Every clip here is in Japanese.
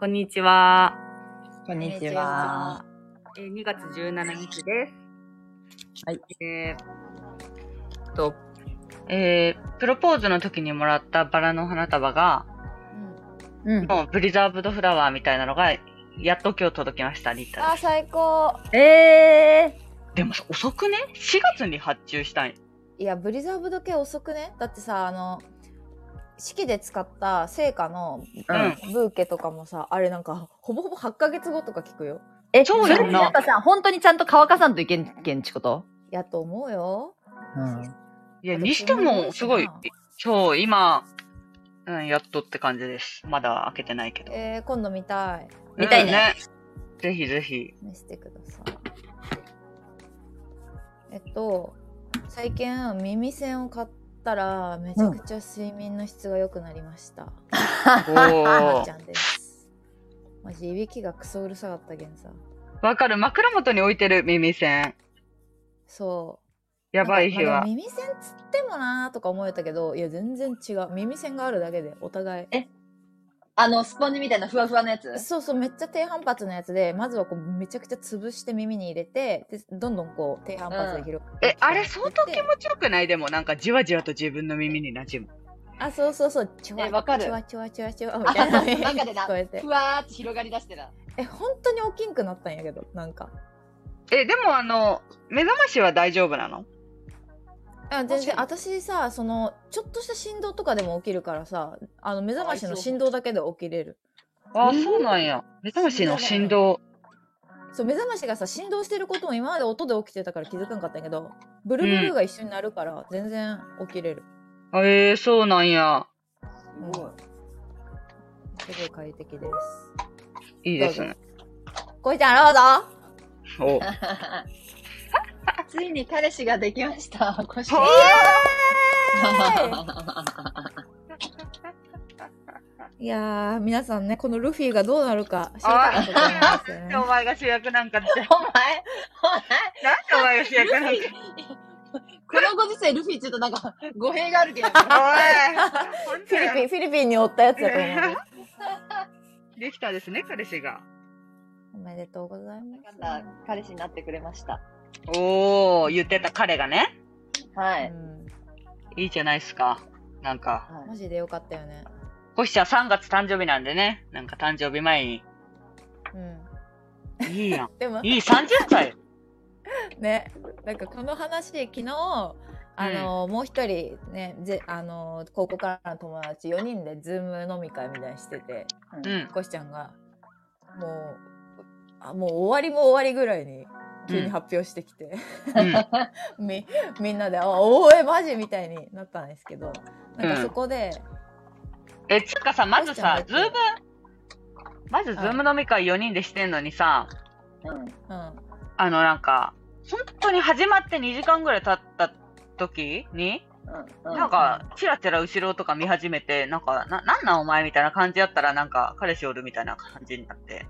こんにちは。こんにちは。えー、2月17日ではい。す。えー、と、えー、プロポーズの時にもらったバラの花束が、うん。もうプリザーブドフラワーみたいなのが、やっと今日届きました、リッターあーで最高えす。でもさ遅くね ?4 月に発注したんよいやブリザーブ時計遅くねだってさあの式で使った聖火のー。ブーケとかもさあれなんかほぼほぼ8ヶ月後とか聞くよえ、そうれやっんなてやっぱさ、本当にちゃんと乾かさんといけんけんちことやと思うようん。いや、にしても、すごい、そう、今、うん、やっとって感じです。まだ開けてないけど。えー、今度見たい見たいねうんぜひぜひ。見せてくださいえっと最近耳栓を買ったらめちゃくちゃ睡眠の質が良くなりました、 おまーちゃんですマジいびきがクソうるさかったけんさわかる。枕元に置いてる耳栓。そうやばい日なんかはまあ。耳栓つってもなーとか思えたけどいや全然違う耳栓があるだけでお互いあの、スポンジみたいなふわふわのやつそうそうめっちゃ低反発のやつでまずはこうめちゃくちゃ潰して耳に入れてでどんどんこう低反発で広く、え、あれ相当気持ちよくないでも、なんかじわじわと自分の耳に馴染む。あそうそうそうチュワえわかるチュワチュワチュワチュワみたいなあ中で な聞こえてふわーっと広がりだしてな。え本当に大きんくなったんやけどなんかえ、でもあの、目覚ましは大丈夫なのあ全然確私さそのちょっとした振動とかでも起きるからさあの目覚ましあのそう振動だけで起きれるあ、うんそうなんや。目覚ましの振動。そう目覚ましがさ振動してることも今まで音で起きてたから気づかんかったんやけどブルブルが一緒になるから全然起きれる、えー、そうなんや。すごいすごい快適ですいいですね。こいちゃんどう ぞお。 ついに彼氏ができました。こしはいやー皆さんねこのルフィがどうなるか知りたかったと思いますよなんね でお前が主役なんかって。お前、なんでお前が主役おなん前、かルフィ、このご時世、ルフィちょっとなんか、語弊があるけど。おい。フィリピンフィリピンにおったやつだと思うできたですね、彼氏が。おめでとうございまなんすか彼氏になってくれました。おー、言ってた彼がね。はうい。んいいじゃないですか。なんか、マジでよかったよねコシちゃん3月誕生日なんでね。なんか誕生日前に。うんいいやん。でも いい30歳。ねなんかこの話昨日あの、もう一人ねぜあの高校からの友達4人でズーム飲み会みたいにしててうん。こしちゃんがもうあもう終わりも終わりぐらいに急に発表してきて、 うん。みみんなで「あおーえマジ?」みたいになったんですけどなんかそこで、え、つうかさ、まずさ、コシズちゃんーだムっ、まずズーム飲み会4人でしてんのにさ、うんうんあのなんか、本当に始まって2時間ぐらい経った時に、うん。なんか、ちらちら後ろとか見始めて、なんか、な、なんなんお前みたいな感じやったら、なんか、彼氏おるみたいな感じになって。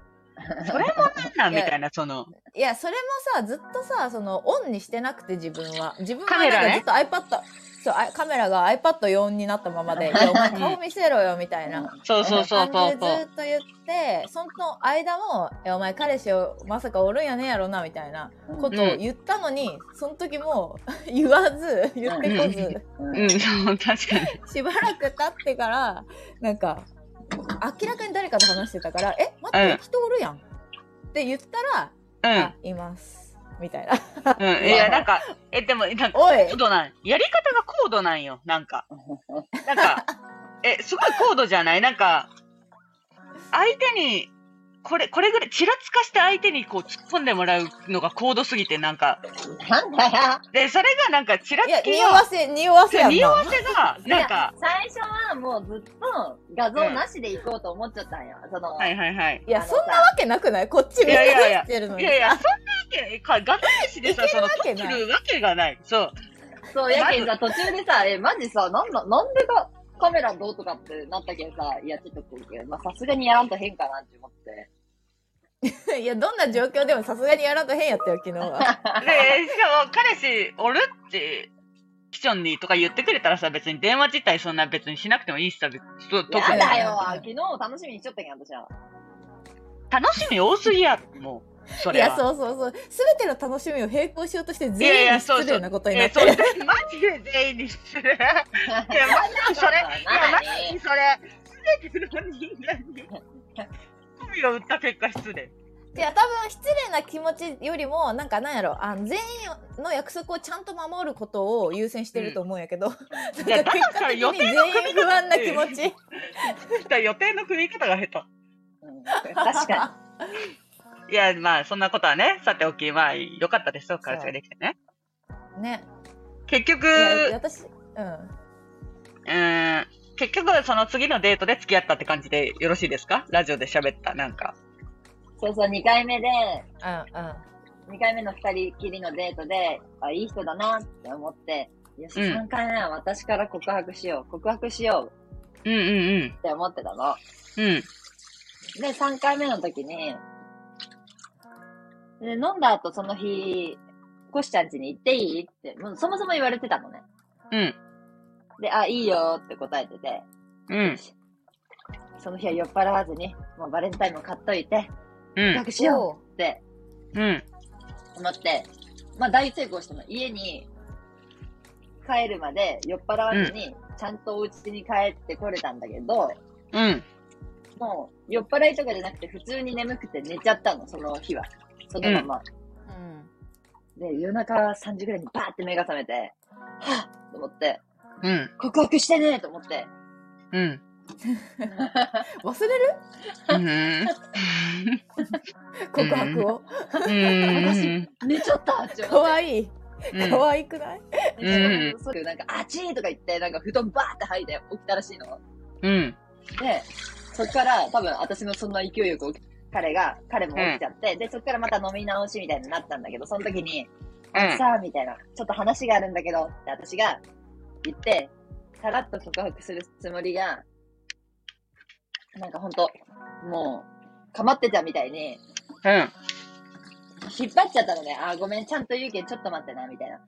それもなんなんいやみたいな、その、いやそれもさずっとさそのオンにしてなくて自分は自分はカメラねなんかずっと iPad そうあカメラが iPad4 になった ままで「いやお前顔見せろよ」みたいなそうそうそうそ感うじでそずっと言ってその間も「いやお前彼氏をまさかおるんやねやろな」みたいなことを言ったのに、その時も 言わず言ってこず、う。うん、そう確かに。しばらく経ってからなんか明らかに誰かと話してたから「え待っうんて人おるやん」って言ったら「あいます」みたいなうん、うん。いや、なんか、え、でも、なん「か、おい高度なん、やり方が高度なんよ、なんか。なん か、え、すごい高度じゃないなんか、相手に、これ、これぐらい、ちらつかして相手にこう突っ込んでもらうのが高度すぎて、なんか、なんだよ。で、それがなんか、ちらいやつき匂がわせ匂わせやんな」匂わせが、なんか、最初はもうずっと画像なしで行こうと思っちゃったんよ。その、はいはいはい。いやそんなわけなくないこっちみんな出してるのいにやいや、そんなわけ、か、ガタ飯でさ、いけそるのわ、け取ないるわけがない。そう。そう、やけんさ、途中でさ、え、マジさ、なんだ、なんでか、カメラどうとかってなったけどさ、いや、ちょっとこう、まあ、さすがにやらんと変かなって思って。 いやどんな状況でもさすがにやらんと変やったよ昨日はで、しかも、彼氏おるってキチョンにとか言ってくれたらさ、別に電話自体そんな別にしなくてもいいしさ、別にと特やに。だよ。昨日楽しみにしちょったんや、私は。楽しみ多すぎや、もう。そいれは。やそうそうそう全ての楽しみを並行しようとしていやい全員やにそうそう失礼なことになえっー、てそうる、マジで全員に失礼。いや、マジでそれ、いや、マジでそれ、全ての人間に、神を打った結果失礼。いや多分失礼な気持ちよりもなんかなんやろあの全員の約束をちゃんと守ることを優先してると思うんやけど、いやなんかだから結果的に予定の組み方全員不安な気持ち予定の組み方が下手。うん 確かいや、まあ、そんなことはね、さておき、まあ、良かったですよ、彼氏ができてね。に ね結局、いうや私うんーん、結局、その次のデートで付き合ったって感じでよろしいですかラジオで喋った、なんか。に。そうそう、2回目で、うんうん2回目の2人きりのデートで、あ、いい人だなって思って、よし、うん3回目は私から告白しよう、告白しよううんうんうんっ。て思ってたの。うん。で、3回目の時に、で、飲んだ後その日、コシちゃん家に行っていいって、もうそもそも言われてたのね。うん。で、あ、いいよって答えてて、うん。その日は酔っ払わずに、もうバレンタインも買っといて、う告ん。白しようってうん。思って、まあ大成功したの。家に帰るまで酔っ払わずに、ちゃんとお家に帰ってこれたんだけど、うん。もう酔っ払いとかじゃなくて普通に眠くて寝ちゃったの、その日は。そのまま。うんで、夜中3時ぐらいにバーって目が覚めて、はぁと思って、うん。告白してねと思って。うん。忘れるうん。告白をうん。寝ちゃったって思可って。愛い可愛くないうんうんそうなんか、あちーとか言って、なんか布団バーって吐いて起きたらしいの。うん。で、そっから多分私のそんな勢いよく起き彼が、彼も起きちゃって、で、そっからまた飲み直しみたいになったんだけど、その時に、うさあ、みたいな、ちょっと話があるんだけど、って私が言って、さらっと告白するつもりが、なんかほんと、もう、かまってたみたいに、ん。引っ張っちゃったのね。あー、ごめん、ちゃんと言うけん、ちょっと待ってな、みたいな。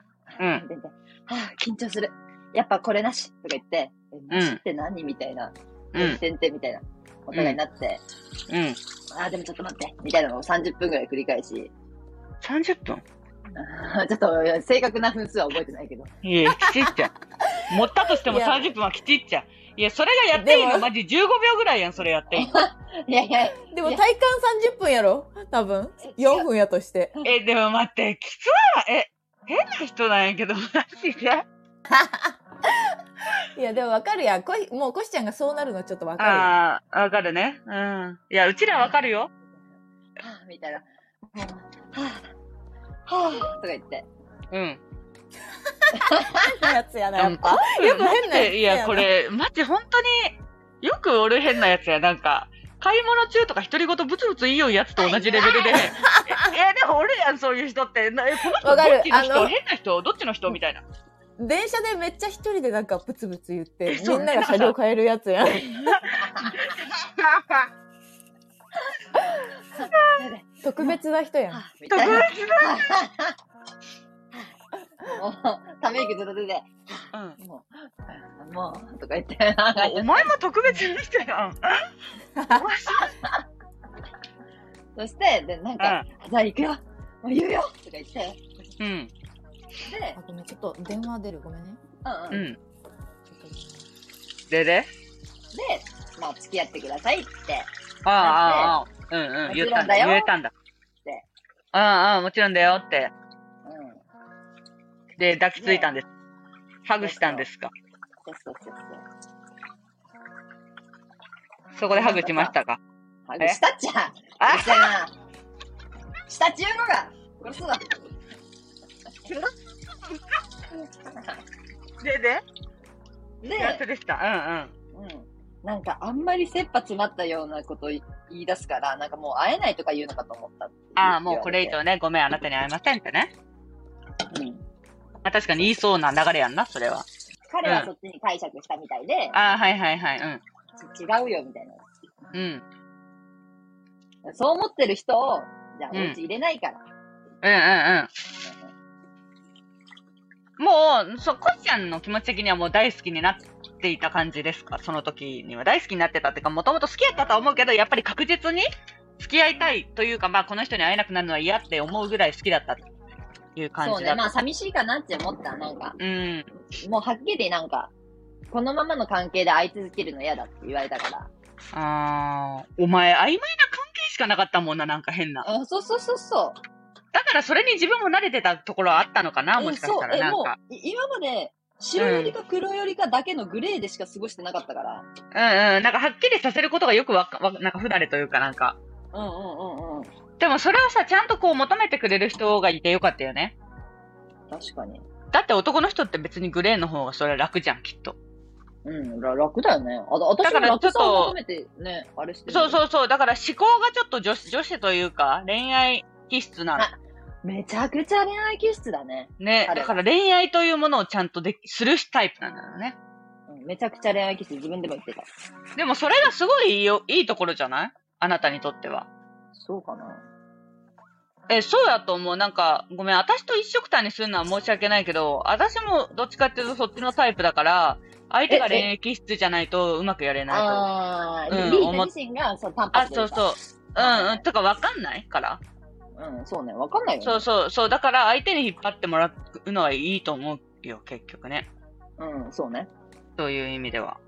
うんみたいな。はあ、緊張する。やっぱこれなし、とか言って、え、なしって何みたいな。うん。てんてんみたいな。お互いになって、うん。ああ、でもちょっと待って、みたいなのを30分ぐらい繰り返し、 30分あーちょっと正確な分数は覚えてないけど。 いや、きちっちゃ。持ったとしてもいや30分はきちっちゃ。いや、それがやっていいでのもマジ15秒ぐらいやん、それやっていいの。いやいや、でも体感30分やろ多分4分やとしてえ、でも待って、きついわ。え、変な人なんやけど、マジで。いやでもわかるやんこいもうコシちゃんがそうなるのちょっとわかああ、わかるね。うん。いや、うちらわかるよ。はあ、みたいな。もうはあ、はあ、とか言って。うん。るやんやつやなやっうぱんやっぱ変なやつやないや、これ、マジ本当に、よく俺変なやつや。なんか、買い物中とか独り言ブツブツ言いようやつと同じレベルで。え、えでも俺やん、そういう人って。なえ、この人、わかるどっちのあの人変な人どっちの人み たいな。電車でめっちゃ一人でなんかブツブツ言ってえそみうんなが車両変えるやつやん 特別な人やんはあ、み特たいな。別だもう、ため息ずっと出て、うん。もう、もう、とか言って。 なんかお前も特別な 人やん。そして、で、なんか、じゃあ行くよもう言うよとか言って。うん。であ、ごめんちょっと電話出るごめんねううんうん。で、ん。ででまあ、付き合ってくださいって。ああ、ああ、ああ。うんうん。も言っちたろんだ。んだよ言えたんだて。ああ、ああ、もちろんだよって。うん。で、抱きついたんです。ハグしたんですか。そうそうそうそう。そこでハグしましたか。ハグしたっちゃあうるせえ なしたっちゅうのが殺すわででやっでと、でした。うん、なんかあんまり切羽詰まったようなこと言い出すからなんかもう会えないとか言うのかと思ったってうんうん。ああ、もうこれ以上言ね、ごめん、あなたに会えませんってね。われてうん、まあ確かに言いそうな流れやんな、それは。彼はそっちに解釈したみたいで、ああ、はいはいはい。うん。ち違うよみたいうん。なそう思ってる人をじゃあうおん家入れないから、うんうんうん。もう、そう、こっちゃんの気持ち的にはもう大好きになっていた感じですかその時には。大好きになってたっていうか、もともと好きやったとは思うけど、やっぱり確実に付き合いたいというか、まあ、この人に会えなくなるのは嫌って思うぐらい好きだったっていう感そうじだね。った。まあ、寂しいかなって思った。なんか、うん。もうはっきりなんか、このままの関係で会い続けるの嫌だって言われたから。あーお前、曖昧な関係しかなかったもんな、なんか変な。あそうそうそうそう。だからそれに自分も慣れてたところはあったのかな、うんもしかしたら。そうえなんもか。うい今まで白よりか黒よりかだけのグレーでしか過ごしてなかったから、うんうん。なんかはっきりさせることがよくわか、わなんか不慣れというかなんか。うんうんうんうんでもそれをさ、ちゃんとこう求めてくれる人がいてよかったよね。確かにだって男の人って別にグレーの方がそれは楽じゃん、きっと。うんら楽だよねあだ私だかもらちょ楽っとさを求めてねあれしてるそうそうそう。だから思考がちょっと女子、女子というか、恋愛気質なの。あめちゃくちゃ恋愛気質だね、ね。あるだから恋愛というものをちゃんとでき、するタイプなんだよね。うん、めちゃくちゃ恋愛気質自分でも言ってたでもそれがすごいいいよ、いいところじゃないあなたにとっては。そうかなえ、そうやと思う。なんか、ごめん、私と一緒くたにするのは申し訳ないけど、私もどっちかっていうとそっちのタイプだから、相手が恋愛気質じゃないとうまくやれないと。ああー、うんリー思タっ自身がそう単発でそうそう。うんうん。とかわかんないから。う、うん、そうねわかんないよ、ね、そうそう。そう、だから相手に引っ張ってもらうのはいいと思うよ、結局ね。うんそうねそういう意味では。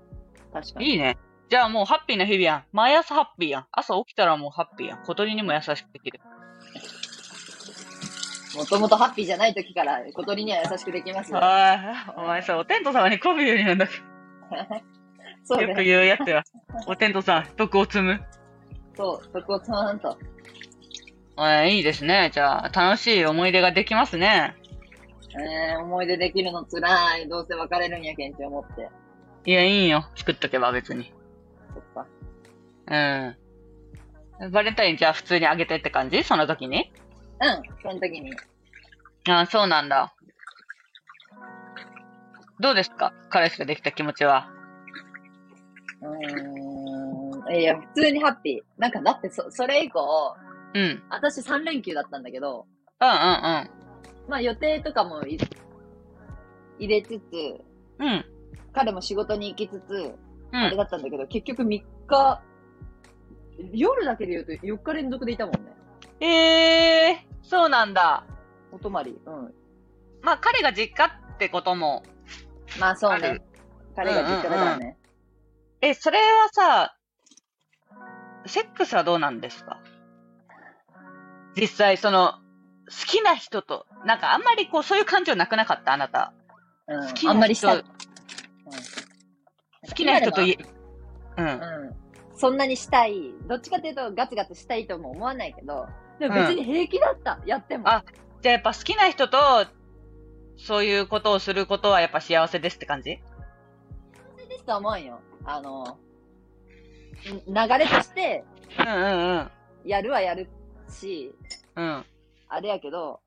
確かにいいね。じゃあもうハッピーな日々やん。毎朝ハッピーやん。朝起きたらもうハッピーやん。小鳥にも優しくできる。もともとハッピーじゃない時から小鳥には優しくできますよああ、お前さ、お天道様に媚び売りなんだけ そど。うねよく言うやつや。お天道さん、徳を積む。そう、徳をつまらんと。えーいいですね。じゃあ、楽しい思い出ができますね。えー、思い出できるのつらい。どうせ別れるんやけんって思って。いや、いいよ。作っとけば別に。そっか。うん。バレンタインじゃあ普通にあげてって感じその時にうん、その時に。ああ、そうなんだ。どうですか彼氏ができた気持ちは。うーん。いや、普通にハッピー。なんか、だってそ、それ以降、うん。うん私3連休だったんだけど、うんまあ予定とかもい入れつつ、うん。うん。彼も仕事に行きつつ、うあれん。だったんだけど、結局3日、夜だけで言うと4日連続でいたもんね。ええー、そうなんだ。お泊まり。うん。まあ彼が実家ってことも。まあそうあねる。彼が実家だからね。え、それはさ、セックスはどうなんですか実際、その、好きな人と、なんかあんまりこう、そういう感情なくなかったあなた。うん好きあんなまりし人、たい。好きな人と今い、うん。でもうん。そんなにしたい。どっちかというとガツガツしたいとも思わないけど、でも別に平気だった。やっても。あじゃあやっぱ好きな人と、そういうことをすることはやっぱ幸せですって感じ全然ですとは思うんよ。あの、ん流れとしてうんうんうん。やるはやるし、うん。あれやけど、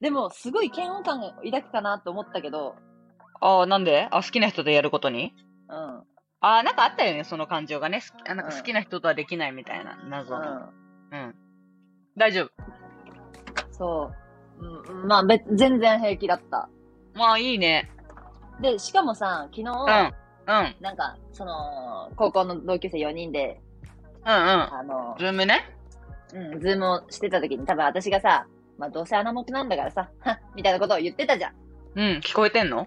でもすごい嫌悪感を抱くかなと思ったけど、ああ、なんであ、好きな人とやることにうん。うん。ああ、なんかあったよね、その感情がね。すあなんかうん好きな人とはできないみたいな、謎の。うん。大丈夫。そう。うん、まあ別、全然平気だった。まあいいね。で、しかもさ、昨日、うん。うん。うんなんか、その、高校の同級生4人で、うん。あの、ズームね。うん、ズームをしてた時に多分私がさ、まあどうせ穴持ちなんだからさ、 はっみたいなことを言ってたじゃん。いうん。聞こえてんの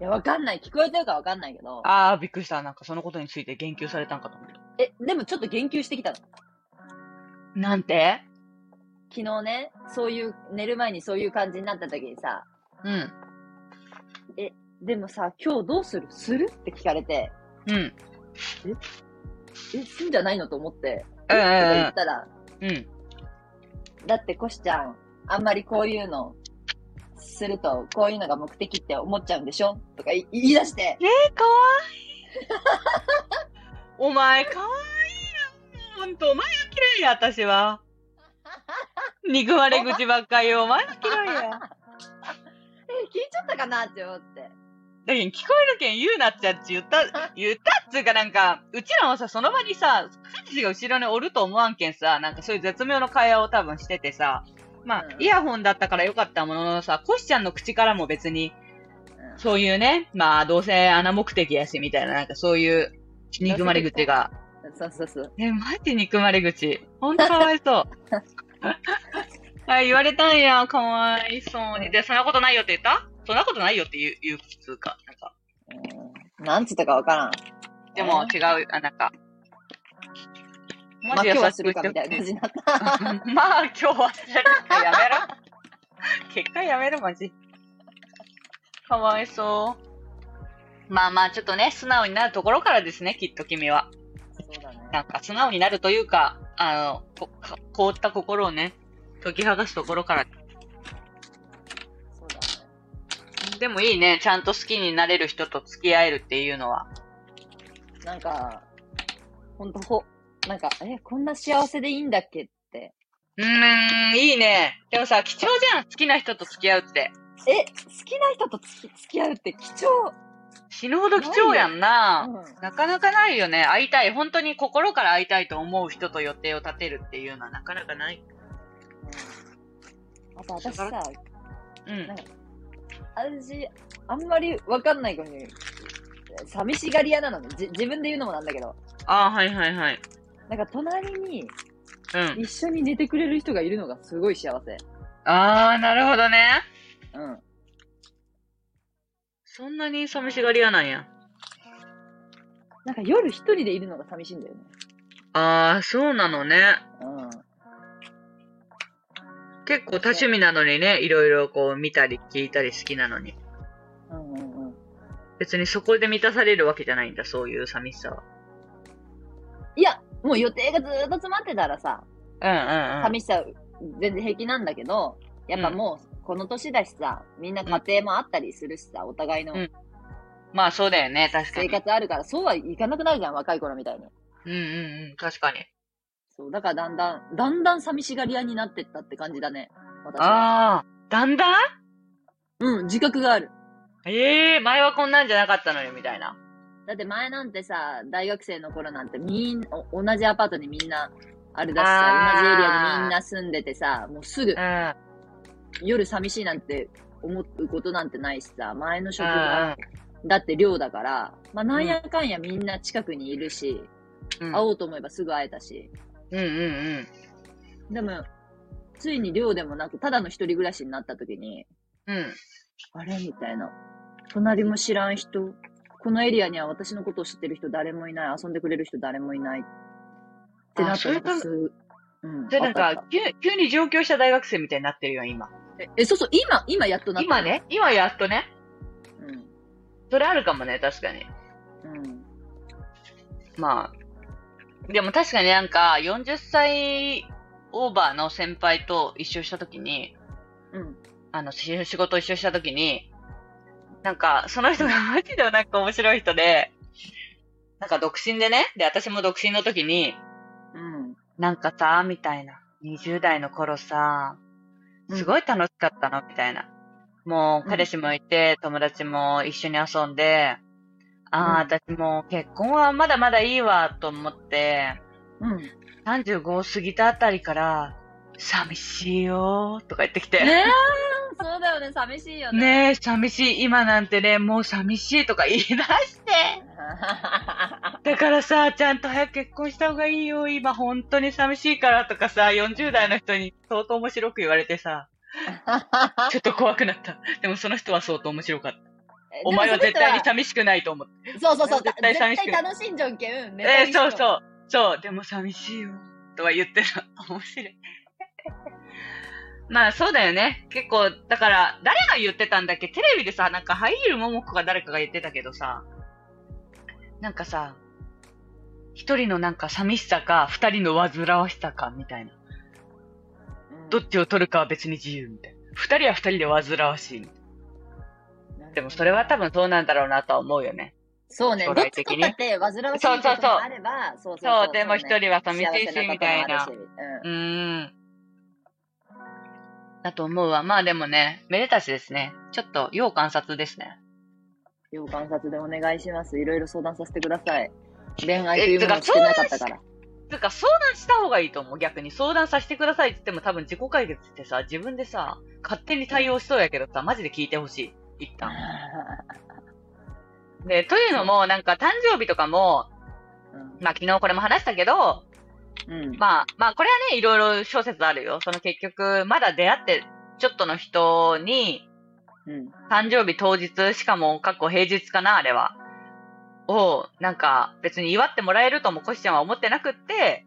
や、わかんない。聞こえてるかわかんないけど。ああ、びっくりした。なんかそのことについて言及されたんかと思った。え、でもちょっと言及してきたの。なんて昨日ね、そういう、寝る前にそういう感じになった時にさ、うん。でもさ、今日どうするするって聞かれて、うん。うんえ、すんじゃないのと思って、うんとか言ったら、うん。うん。だってコシちゃん、あんまりこういうの、すると、こういうのが目的って思っちゃうんでしょとかい言い出して、えー、かわいい。 お前、かわいいな。ほんと、お前が嫌いや、私は。憎まれ口ばっかりよ。お前が嫌いや。だえ、聞いちゃったかなって思って。けど聞こえるけん言うなっちゃって言った、言ったっつうかなんか、うちらもさ、その場にさ、彼氏が後ろにおると思わんけんさ、なんかそういう絶妙な会話を多分しててさ、まあ、うんイヤホンだったからよかったもののさ、コシちゃんの口からも別に、そういうね、まあ、どうせ穴目的やし、みたいな、なんかそういう憎まれ口が。そうそうそう。え、マジ憎まれ口。ほんとかわい そう。はい、言われたんや、かわいそうに。で、そんなことないよって言ったそんなことないよって言う、言う、普通か。なんか。うん、なんつったかわからん。でも、違う、あ、なんか。もまあ、し優今日はしすくるしかてみほたいしない感じになっ た。まあ、今日はするかやめろ。結果やめろ、マジ。かわいそう。まあまあ、ちょっとね、素直になるところからですね、きっと君は。そうだね。なんか、素直になるというか、あの、こか凍った心をね、解き剥がすところから。そうだね。でもいいね、ちゃんと好きになれる人と付き合えるっていうのは。なんか、ほんとほ、なんか、え、こんな幸せでいいんだっけって。うーん、いいね。でもさ、貴重じゃん、好きな人と付き合うって。え、好きな人とつき付き合うって貴重。死ぬほど貴重やんな。うんなかなかないよね。会いたい。本当に心から会いたいと思う人と予定を立てるっていうのはなかなかない。あと私さ、うん。私、あんまりわかんない子に、寂しがり屋なのね。じ自分で言うのもなんだけど。ああ、はいはいはい。なんか隣にうん。一緒に寝てくれる人がいるのがすごい幸せ。ああ、なるほどね。うん。そんなに寂しがり屋なんや。なんか夜一人でいるのが寂しいんだよね。ああ、そうなのね。うん。結構多趣味なのにね、いろいろこう見たり聞いたり好きなのに。うんうんうん。別にそこで満たされるわけじゃないんだ、そういう寂しさは。いや、もう予定がずーっと詰まってたらさ、うんうんうん。寂しさ全然平気なんだけど、やっぱもうこの年だしさ、みんな家庭もあったりするしさ、お互いのうんまあそうだよね、確か生に。活あるから、そうはいかなくなるじゃん、若い頃みたいに。うんうんうん、確かに。そう、だからだんだん、だんだん寂しがり屋になってったって感じだね、私は。ああ、だんだんうん、自覚がある。ええ前はこんなんじゃなかったのよ、みたいな。だって前なんてさ、大学生の頃なんてみん、お同じアパートにみんな、あれだしあーさ、同じエリアにみんな住んでてさ、もうすぐうん。夜寂しいなんて思うことなんてないしさ、前の職場、だって寮だから、まあなんやかんやみんな近くにいるし、うん会おうと思えばすぐ会えたし、うんうんうん。でも、ついに寮でもなく、ただの一人暮らしになった時に、うん。あれみたいな。隣も知らん人。このエリアには私のことを知ってる人誰もいない。遊んでくれる人誰もいない。ってあなっそたれのとがすうん。で、なんあったあかっ、急急に上京した大学生みたいになってるよ、今。たえ、そうそう、今、今やっとなった。今。ね今やっとね。うそれあるかもね、確かに。ん。うん。まあ。でも確かになんか、40歳オーバーの先輩と一緒したときに、うん。あの、し仕事一緒したときに、なんか、その人がマジでなんか面白い人で、なんか独身でね、で、私も独身の時に、うん。なんかさ、みたいな。20代の頃さ、うんすごい楽しかったの、みたいな。もう、彼氏もいて、友達も一緒に遊んで、ああ、うん私もう結婚はまだまだいいわ、と思って、うん。 35過ぎたあたりから、寂しいよー、とか言ってきて、ねえ、そうだよね、寂しいよ ね。ねえ、寂しい、今なんてね、もう寂しいとか言い出して、だからさ、ちゃんと早く結婚した方がいいよ、今本当に寂しいからとかさ、40代の人に相当面白く言われてさ、ちょっと怖くなった。でもその人は相当面白かった。お前は絶対に寂しくないと思って。にそうそうそう、絶絶対寂対しくない楽しんじゃんけん。えーそうう。そう。そう、でも寂しいよ。とは言ってた。面白い。 まあそうだよね。結構、だから、誰が言ってたんだっけテレビでさ、なんか、ハイヒールももこが誰かが言ってたけどさ、なんかさ、一人のなんか寂しさか、二人の煩わしさか、みたいな。うんどっちを取るかは別に自由みたいな。二人は二人で煩わしいみたいな。でもそれは多分そうなんだろうなとは思うよね。そうね、将どっ来ち的とにかって煩わしいこともあれば、そうそうそう、でも一人は寂しいし、みたいな幸せ。こともあるうしーん。だと思うわ。まあでもね、めでたしですね。ちょっと、要観察ですね。うん。要観察でお願いします。いろいろ相談させてください。恋愛というものをしてなかったから。てか、相談した方がいいと思う。逆に、相談させてくださいって言っても多分自己解決してさ、自分でさ、勝手に対応しそうやけどさ、マジで聞いてほしい。一旦。で、というのも、なんか誕生日とかも、まあ昨日これも話したけど、うん。まあ、まあこれはね、いろいろ諸説あるよ。その結局、まだ出会ってちょっとの人に、うん。誕生日当日、しかも、過去平日かな、あれは。を、なんか、別に祝ってもらえるともコシちゃんは思ってなくって、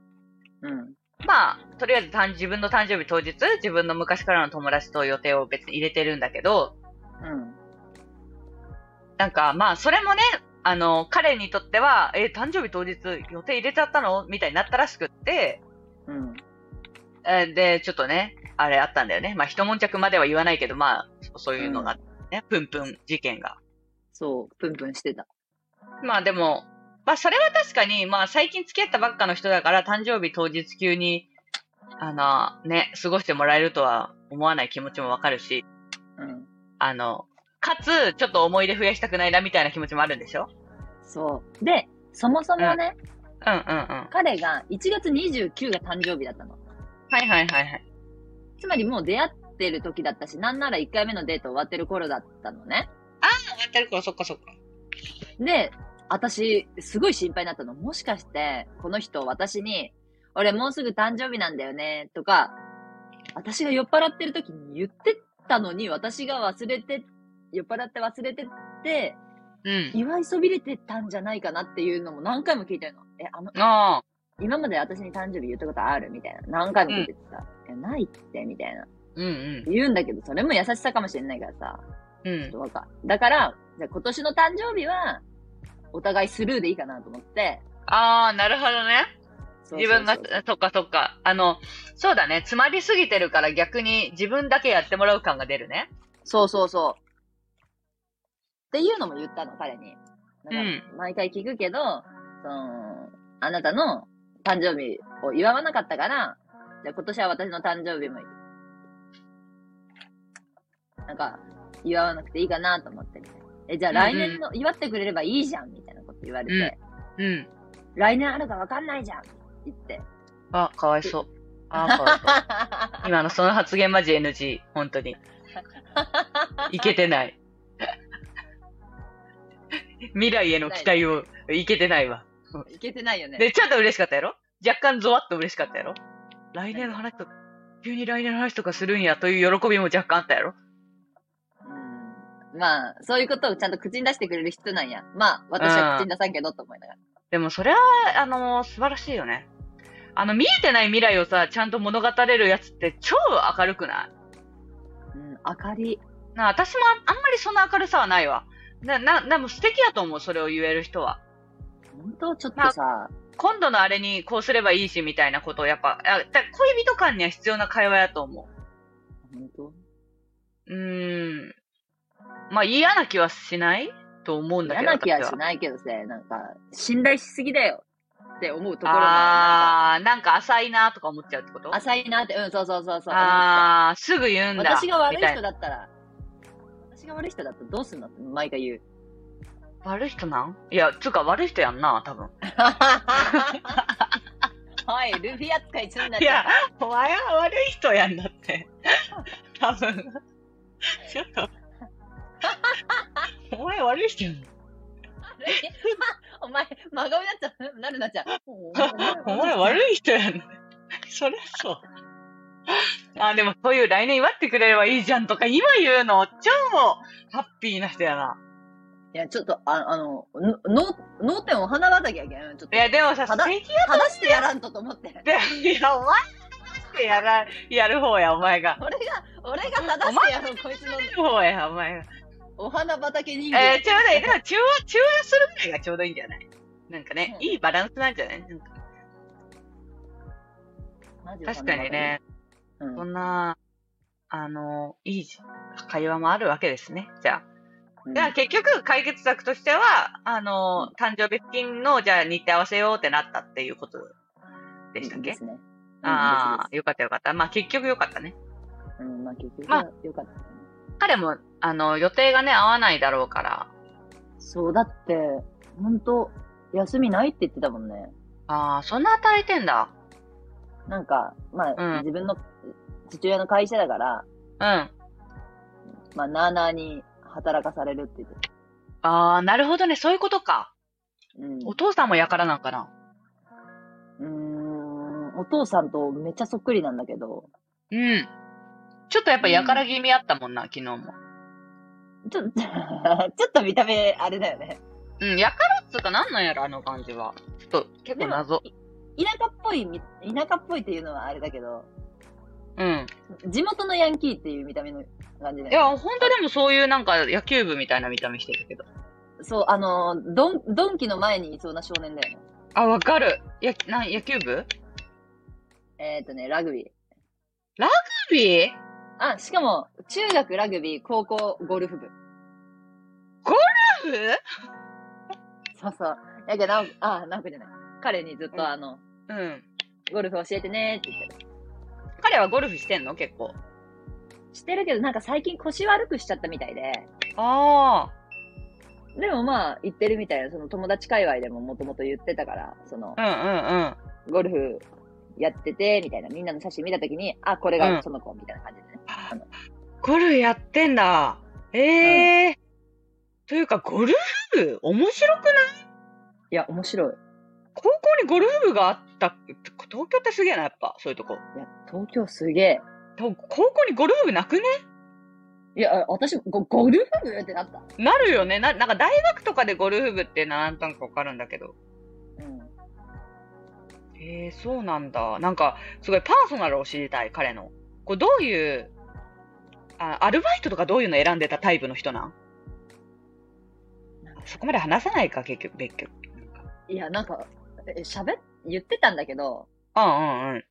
うん。まあ、とりあえず誕自分の誕生日当日、自分の昔からの友達と予定を別に入れてるんだけど、うん。なんか、まあ、それもね、あの、彼にとっては、え、誕生日当日予定入れちゃったのみたいになったらしくって、うん。えーで、ちょっとね、あれあったんだよね。まあ、一悶着までは言わないけど、まあ、そそういうのがね、プンプン事件が。そう、プンプンしてた。まあでも、まあそれは確かに、まあ最近付き合ったばっかの人だから、誕生日当日急に、あの、ね、過ごしてもらえるとは思わない気持ちもわかるし、うん。あの、かつ、ちょっと思い出増やしたくないなみたいな気持ちもあるんでしょそう。で、そもそもね、うんうんうん。は彼が1月29が誕生日だったの。いはいはいはい。つまりもう出会ってる時だったし、なんなら1回目のデート終わってる頃だったのね。やってるからそっかそっか。で、私、すごい心配になったの。もしかして、この人、私に、俺もうすぐ誕生日なんだよね、とか、私が酔っ払ってる時に言ってたのに、私が忘れて、酔っ払って忘れてって、うん。祝いそびれてたんじゃないかなっていうのも何回も聞いてるの。え、あの、ああ。今まで私に誕生日言ったことあるみたいな。何回も聞いてた。え、ないって、みたいな。うんうん。言うんだけど、それも優しさかもしれないからさ。うちょっん。とわかだから、じゃあ今年の誕生日は、お互いスルーでいいかなと思って。ああ、なるほどね。そうそうそう自分が、そっかそっか。あの、そうだね。詰まりすぎてるから逆に自分だけやってもらう感が出るね。そうそうそう。っていうのも言ったの、彼に。うなんんか毎回聞くけど、その、あなたの誕生日を祝わなかったから、じゃあ今年は私の誕生日も、なんか、祝わなくていいかなと思ってみたいなえ、じゃあ来年の、祝ってくれればいいじゃんみたいなこと言われて、うん。来年あるかわかんないじゃんって言 って。あ、かわいそう。あー、かわいそう。今のその発言マジ NG、本 当に。いけてない。未来への期待を、いけてないわ。いけてないよね。で、ちょっと嬉しかったやろ若干ゾワッと嬉しかったやろ来年の話と、急に来年の話とかするんやという喜びも若干あったやろうんまあ、そういうことをちゃんと口に出してくれる人なんや。まあ、私は口に出さんけどと思いながら。でもそれは、あの素晴らしいよね。あの、見えてない未来をさ、ちゃんと物語れるやつって超明るくないうん、明かり。なあ私もああんまりそんな明るさはないわ。な、な、でも素敵やと思う、それを言える人は。本当ちょっとさ、今度のあれにこうすればいいしみたいなことをやっぱ、あだ恋人間には必要な会話やと思本当う。うーん。まあ嫌な気はしないと思うんだ嫌けど。な気はしいないけどさ、なんか、信頼しすぎだよって思うところもああー、なんか浅いなとか思っちゃうってことるなんか浅いなって、うん、そうそうそうそう。あー、すぐ言うんだ。私が悪いみた人だったら、私が悪い人だったらどうすんのって毎回言 う。悪い人なんいや、つうか悪い人やんな、多分。はい、ルフィ扱 いすんないって。や、お前は悪い人やんだって。多分。ちょっ と。お前悪い人やん。 お前、真顔になっちゃう、なるなっちゃう。お お前悪い人やん。 そりゃそう。 あ、でもそういう来年祝ってくれればいいじゃんとか今言うの、超もうハッピーな人やな。いや、ちょっと、ああの、のの脳天を花畑やけん。ちいょっと、や、でもさ、素ただ敵話してやらんとと思って。やって、いや、お前が正してやら、やる方や、お前が。俺が、俺が正してやろう、こいつのやる方や、お前が。お花畑人間。えー、ちょうどいい。でも中和、中和するぐらいがちょうどいいんじゃないなんかね、うんいいバランスなんじゃないなんかマジお花畑確かにね、うんそんな、あの、いい会話もあるわけですね。じゃあ。うんじゃあ結局解決策としては、あの、誕生日付近の、じゃあ日程合わせようってなったっていうことでしたっけ、ですね。あああ、よかったよかった。まあ結局よかったね。あ。うん、まあ結局まはあよかったね。彼も、あの、予定がね、合わないだろうから。そう、だって、ほんと、休みないって言ってたもんね。ああ、そんな働いてんだ。なんか、まあ、うん自分の父親の会社だから、うん。まあ、なあなあに働かされるって言ってた。あー、なるほどね。そういうことか。うんお父さんもやからなんかな。うーんお父さんとめっちゃそっくりなんだけど、うん。ちょっとやっぱやから気味あったもんな、昨日も。ちょっと 、ちょっと見た目あれだよね。うん、やからっつうかなんなんやろ、あの感じは。ちょっと、結構謎。い田舎っぽいみ、田舎っぽいっていうのはあれだけど、うん。地元のヤンキーっていう見た目の感じだいや、よね。ほんとでもそういうなんか野球部みたいな見た目してるけど。そう、あの、ドン、ドンキの前にいそうな少年だよね。あ、わかる。や、な、野球部えっ、とね、ラグビー。ラグビーあ、しかも、中学ラグビー、高校ゴルフ部。ラグビーそうそう。やけど、なおあ、なんかじゃない。彼にずっうんとあの、うん。ゴルフ教えてねって言ってる。彼はゴルフしてんの結構。してるけど、なんか最近腰悪くしちゃったみたいで。ああ。でもまあ、言ってるみたいな、その友達界隈でももともと言ってたから、そのう、んうんうん。ゴルフやってて、みたいな、みんなの写真見たときに、あ、これうがんその子、みたいな感じでね。ゴルフやってんだ。ええというか、ゴルフ部面白くないいや、面白い。高校にゴルフ部があった。東京ってすげえな、やっぱ。そういうとこ。いや、東京すげえ。と高校にゴルフ部なくねいや、私、ゴゴルフ部ってなった。なるよね。な、なんか大学とかでゴルフ部ってなんとなくわかるんだけど。うん。へえそうなんだ。なんか、すごいパーソナルを知りたい、彼の。こう、どういう、あ、アルバイトとかどういうの選んでたタイプの人なんそこまで話さないか、結局、別局。いや、なんか、え喋っ、言ってたんだけど、うんうんうん。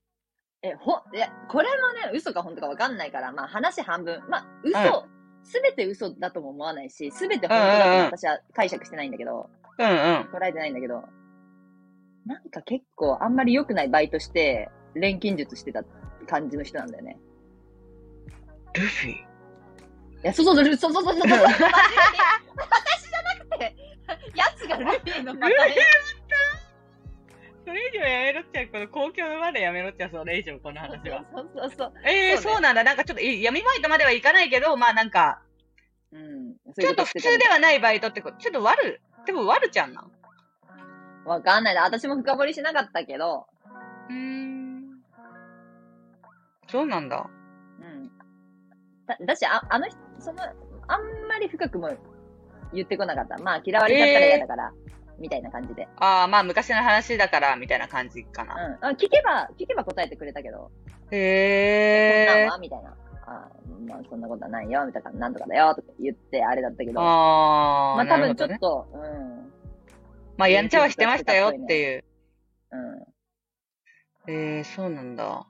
え、ほ、いや、これもね、嘘か本当かわかんないから、まあ話半分。まあ、嘘、すべて嘘だとも思わないし、すべて本当だとも私は解釈してないんだけど、うんうん。捉えてないんだけど、なんか結構あんまり良くないバイトして、錬金術してた感じの人なんだよね。ルフィ。いや、そうそうそう、そうそうそうそう、そう間違えて私じゃなくて、やつがルフィのまたねそれ以上やめろっちゃう、この公共の場でやめろっちゃう、それ以上この話は。そうそうそう。ええー、そうねそうなんだ。なんかちょっとい闇バイトまではいかないけど、まあなんか、うん。そうちいょうっとし普て通たんだではないバイトってこと、ちょっと悪、でも悪ちゃんなんわかんないな。私も深掘りしなかったけど、うーん。そうなんだ。うん。だだし、ああの人、その、あんまり深くも言ってこなかった。まあ、嫌われちゃったら嫌だから、みたいな感じで。ああ、まあ昔の話だから、みたいな感じかうな。んあ。聞けば、聞けば答えてくれたけど、こんなんへえ。はみたいな。あまあ、そんなことはないよ、みたいな、なんとかだよ、とか言って、あれだったけど。ああ、まあ、多なるほ分ちょどっね。と、まあやんちゃはしてましたよっていう。うん。うん。ええー、そうなんだ。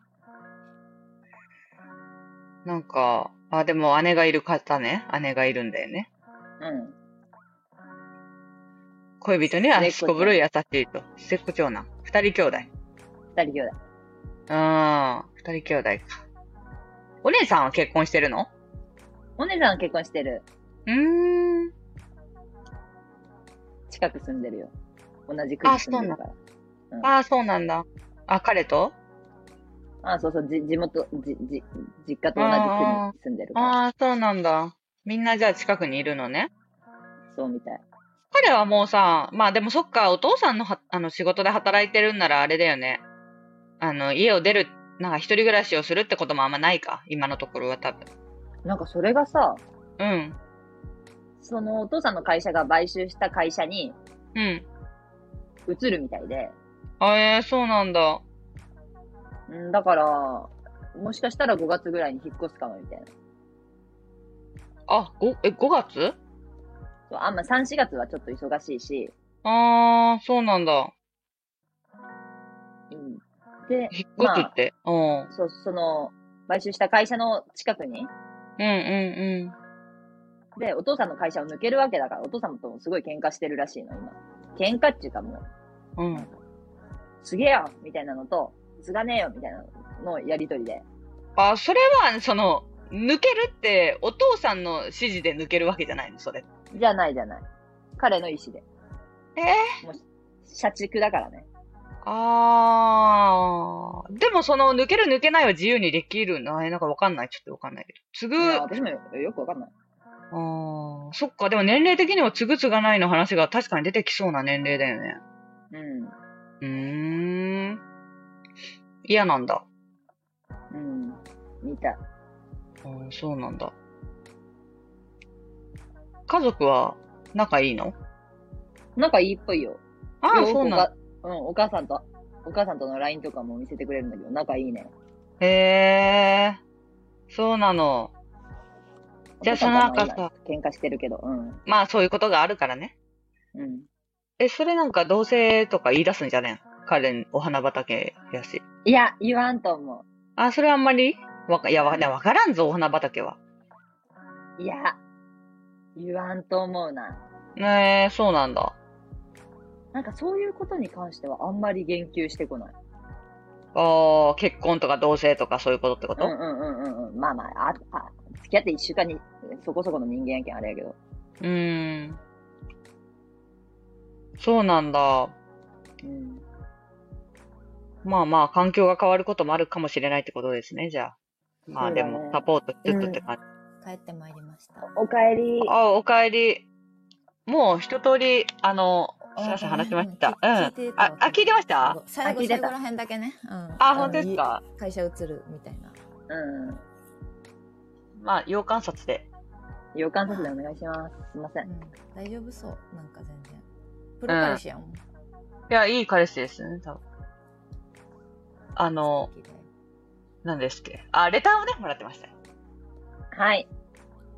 なんか、あ、でも姉がいる方ね。姉がいるんだよね。うん。恋人には末っす子こぶる優しいと。末っ子長男。二人兄弟。二人兄弟。ああ、二人兄弟か。お姉さんは結婚してるのお姉さんは結婚してる。うーん。近く住んでるよ。同じ区に住んでるから。ああ、そうなんだ。あ、彼とあそうそう、じ地元、じ、じ、実家と同じ区に住んでるから。ああ、そうなんだ。みんなじゃあ近くにいるのね。そうみたい。彼はもうさ、まあでもそっか、お父さんのはあの仕事で働いてるんならあれだよね。あの、家を出る、なんか一人暮らしをするってこともあんまないか。今のところは多分。なんかそれがさ、うん。そのお父さんの会社が買収した会社にうん。移るみたいで、あえー、そうなんだ。うん、だから、もしかしたら5月ぐらいに引っ越すかもみたいな。あ、ご、え、5月そうあんま3、4月はちょっと忙しいし、ああ、そうなんだ。うん、で、引っ越すって。うん。うんそう、その、買収した会社の近くに、うんうん。で、お父さんの会社を抜けるわけだから、お父さんともすごい喧嘩してるらしいの、今。喧嘩っていうかもう、うん。すげえよみたいなのと、すがねえよみたいなののやりとりで。あ、それは、その、抜けるって、お父さんの指示で抜けるわけじゃないの、それ。じゃないじゃない。彼の意思で。え社畜だからね。あー。でも、その、抜ける抜けないは自由にできるのえ、なんかわかんない。ちょっとわかんないけど。継ぐ、いや私もよよくわかんない。あーそっか、でも年齢的にはつぐつがないの話が確かに出てきそうな年齢だよね。うん。うーん。嫌なんだ。うん。見た。あーそうなんだ。家族は仲いいのなんかいいっぽいよ。ああ、よくそうなんだ。おかうん、お母さんと、お母さんとの LINE とかも見せてくれるんだけど、仲いいね。へえ、そうなの。じゃあお父さんそとの中は今喧嘩してるけど、うん。まあそういうことがあるからね。うん。え、それなんか同性とか言い出すんじゃねん彼、お花畑やし。いや、言わんと思あ、それあんまりわか、いや、わわからんぞ、お花畑は。う。いや、言わんと思うな。ねえ、そうなんだ。なんかそういうことに関してはあんまり言及してこない。ああ、結婚とか同性とかそういうことってこうと、んうんうんうんうん。まあまあ、あ、あ付き合って一週間にそこそこの人間やけんあれやけど。うーん。そうなんだ。うん。まあまあ、環境が変わることもあるかもしれないってことですね、じゃあ。まあでそうだもね、サポートしつつって感じ。帰ってまいりました。おかえり。あ、おかえり。もう一通り、あの、すいません、話しました。うん。聞いてたあ、あ聞いてました最あ聞後、いて最た後ら辺だけね。うん。あ、の本当です。かい会社移るみたいな。うん。まあ、要観察で。予感させてお願いします。すいませ。うんん。大丈夫そう。なんか全然。プロ彼氏やもん。いや、いい彼氏ですね、多分。あの、素敵で何ですっけ。あ、レターをね、もらってました。はい。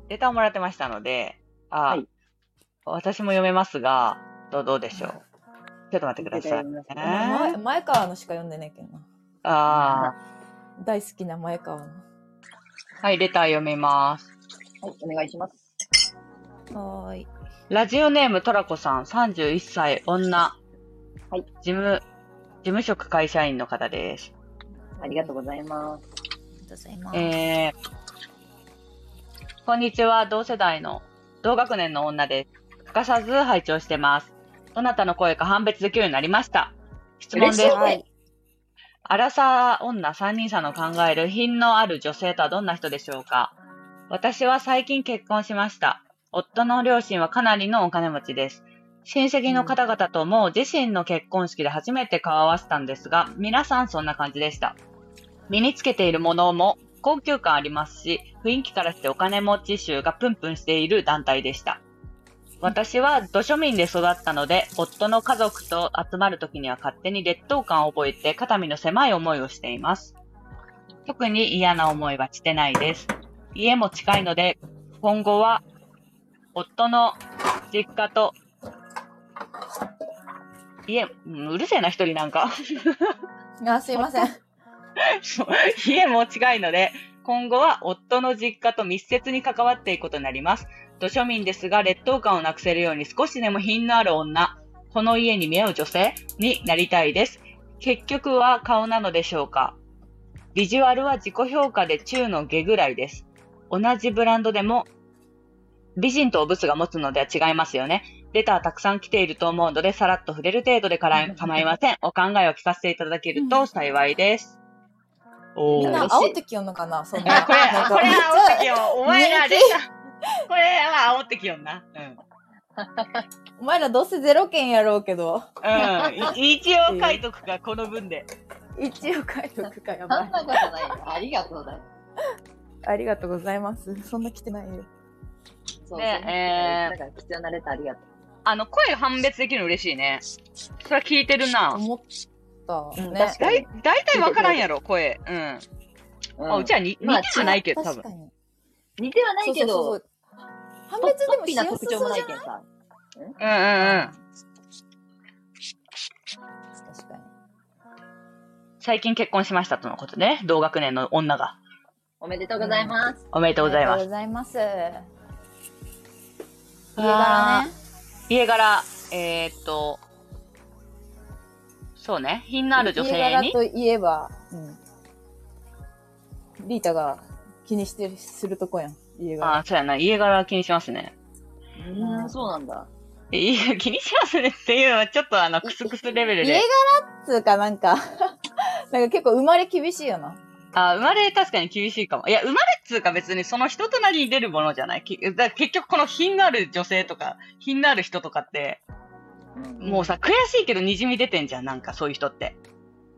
レターをもらってましたので、あ、はい私も読めますが、どうどうでしょう。ちょっと待ってください、読めますねえ前前川のしか読んでないけどな。あ大好きな前川の。ーはい、レター読みます。はい、お願いします。はーい。ラジオネームトラコさん、31歳、女。はい。事務、事務職会社員の方です。ありがとうございます。ありがとうございます。えー、こんにちは、同世代の、同学年の女です。欠かさず拝聴してます。どなたの声か判別できるようになりました。質問です。嬉しいねアラサー女三人さんの考える品のある女性とはどんな人でしょうか私は最近結婚しました。夫の両親はかなりのお金持ちです。親戚の方々とも自身の結婚式で初めて顔を合わせたんですが、皆さんそんな感じでした。身につけているものも高級感ありますし、雰囲気からしてお金持ち衆がプンプンしている団体でした。私は土庶民で育ったので、夫の家族と集まるときには勝手に劣等感を覚えて、肩身の狭い思いをしています。特に嫌な思いはしてないです。家も近いので、今後は、夫の実家と、家、うんうるせえな一人なんか。あ、すいません。そう 家も近いので、今後は夫の実家と密接に関わっていくことになります。土庶民ですが、劣等感をなくせるように少しでも品のある女、この家に見合う女性になりたいです。結局は顔なのでしょうか。ビジュアルは自己評価で中の下ぐらいです。同じブランドでも、美人とおブスが持つのでは違いますよね。レターたくさん来ていると思うので、さらっと触れる程度でからい構いません。お考えを聞かせていただけると幸いです。 おみんなー。煽ってきよんのかなそんいやな。これ、なんかこれは煽ってきよ う。お前らめでっしこれは煽ってきよんな。お前らどうせゼロ件やろうけど。うん。 うん。い一応書いとくか、この分で。一応書いとくかやそばんい。なことないよ。ありがとうだよ。ありがとうございます。そんな来てないよ。そうねえーなんか貴重なレターありがとう。あの、声判別できるの嬉しいね。それは聞いてるな。思った。うんね確。かだい、だいたいわからんやろ、声。うん。うんあ、うちはに、似まあてはないけど、多確分か。に。似てはないけそうそうそど、うそう判別でトもッピーしなや特すそ徴もうなじゃいけんさ。うんうんうないん。確かに。最近結婚しましたとのことね。同学年の女が。おめでとうございます。おめでとうございまあす。りがとうございます。家あー柄ね。家柄、えーっと、そうね。品のある女家性柄に。といえば、うん。リータが気にしてる、するとこやん。家柄。あ、そうやな。家柄気にしますね。うーん、そうなんだ。いや、気にしますねっていうのは、ちょっとあの、クスクスレベル家で柄 っ。つうかなんか、なんか結構生まれ厳しいよな。あー生まれ確かに厳しいかも。いや、生まれっつうか別にその人となりに出るものじゃない。きだから結局この品のある女性とか、品のある人とかって、もうさ、悔しいけど滲み出てんじゃん。なんかそういう人って。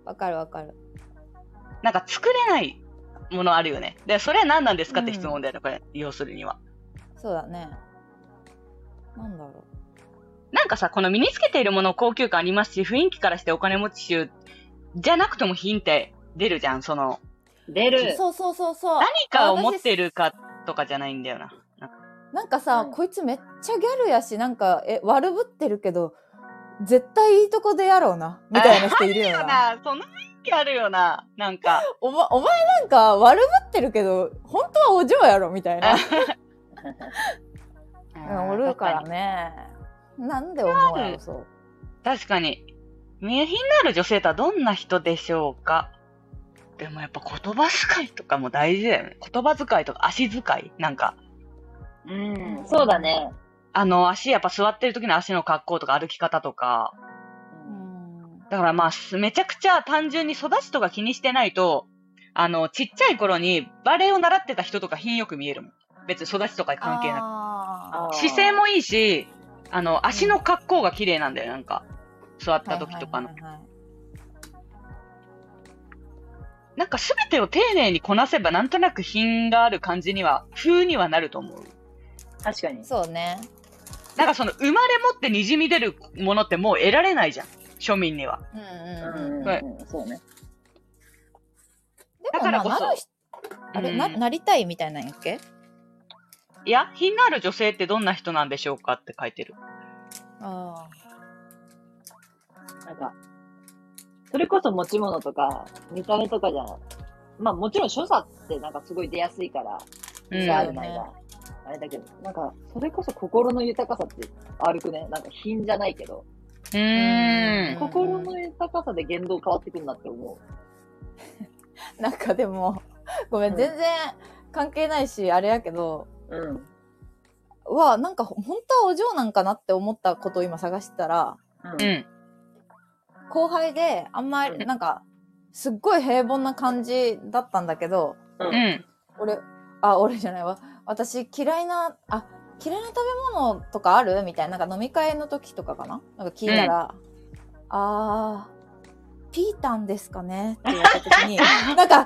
わかるわかる。なんか作れないものあるよね。で、それは何なんですかって質問だよね、これ。要するには。そうだね。なんだろなんかさ、この身につけているもの高級感ありますし、雰囲気からしてお金持ち集じゃなくともヒンって出るじゃん。その、出う。る。そうそうそうそう。何かを持ってるかとかじゃないんだよな。なんかさ、うんこいつめっちゃギャルやし、なんか、え、悪ぶってるけど、絶対いいとこでやろうな、みたいな人いるよ あるよな。な。そんな雰囲気あるよな。なんか。おま、お前なんか悪ぶってるけど、本当はお嬢やろ、みたいな。うんおるからね。なんで思うやろ、そう。確かに。名品のある女性とはどんな人でしょうかでもやっぱ言葉遣いとかも大事だよね。言葉遣いとか足遣いなんか、うん。そうだね。あの足、やっぱ座ってる時の足の格好とか歩き方とか。うんだからまあ、すめちゃくちゃ単純に育ちとか気にしてないと、あの、ちっちゃい頃にバレエを習ってた人とか品よく見えるもん。別に育ちとか関係なああく。ー姿勢もいいし、あの、足の格好が綺麗なんだよ、なんか。座っーた時とかのは。いはいはいはいなんか全てを丁寧にこなせばなんとなく品がある感じには、風にはなると思う。確かに。そうね。なんかその生まれ持って滲み出るものってもう得られないじゃん。庶民には。うんううんうん。ん。はいうんそうね。でだもからまあ、こそなる人、あうれ、んな、なりたいみたいなんやっけいや、品のある女性ってどんな人なんでしょうかって書いてる。あなんか、それこそ持ち物とか、見た目とかじゃん。まあもちろん所作ってなんかすごい出やすいから、うんじゃあるないが、あれだけど、なんか、それこそ心の豊かさって歩くね。なんか品じゃないけど、うーん。うん心の豊かさで言動変わってくるなって思あ。なんかでも、 ごめ、うんん全然関係ないし、あれやけど、う。うん。は、なんか本当はお嬢なんかなって思ったことを今探してたら、ううんん。後輩で、あんまり、なんか、すっごい平凡な感じだったんだけど、う。ん。俺、あ、俺じゃないわ。私嫌いな、あ、嫌いな食べ物とかあるみたいな、なんか飲み会の時とかかななんか聞いたら、あー、ピータンですかねって言われた時に、 なんか、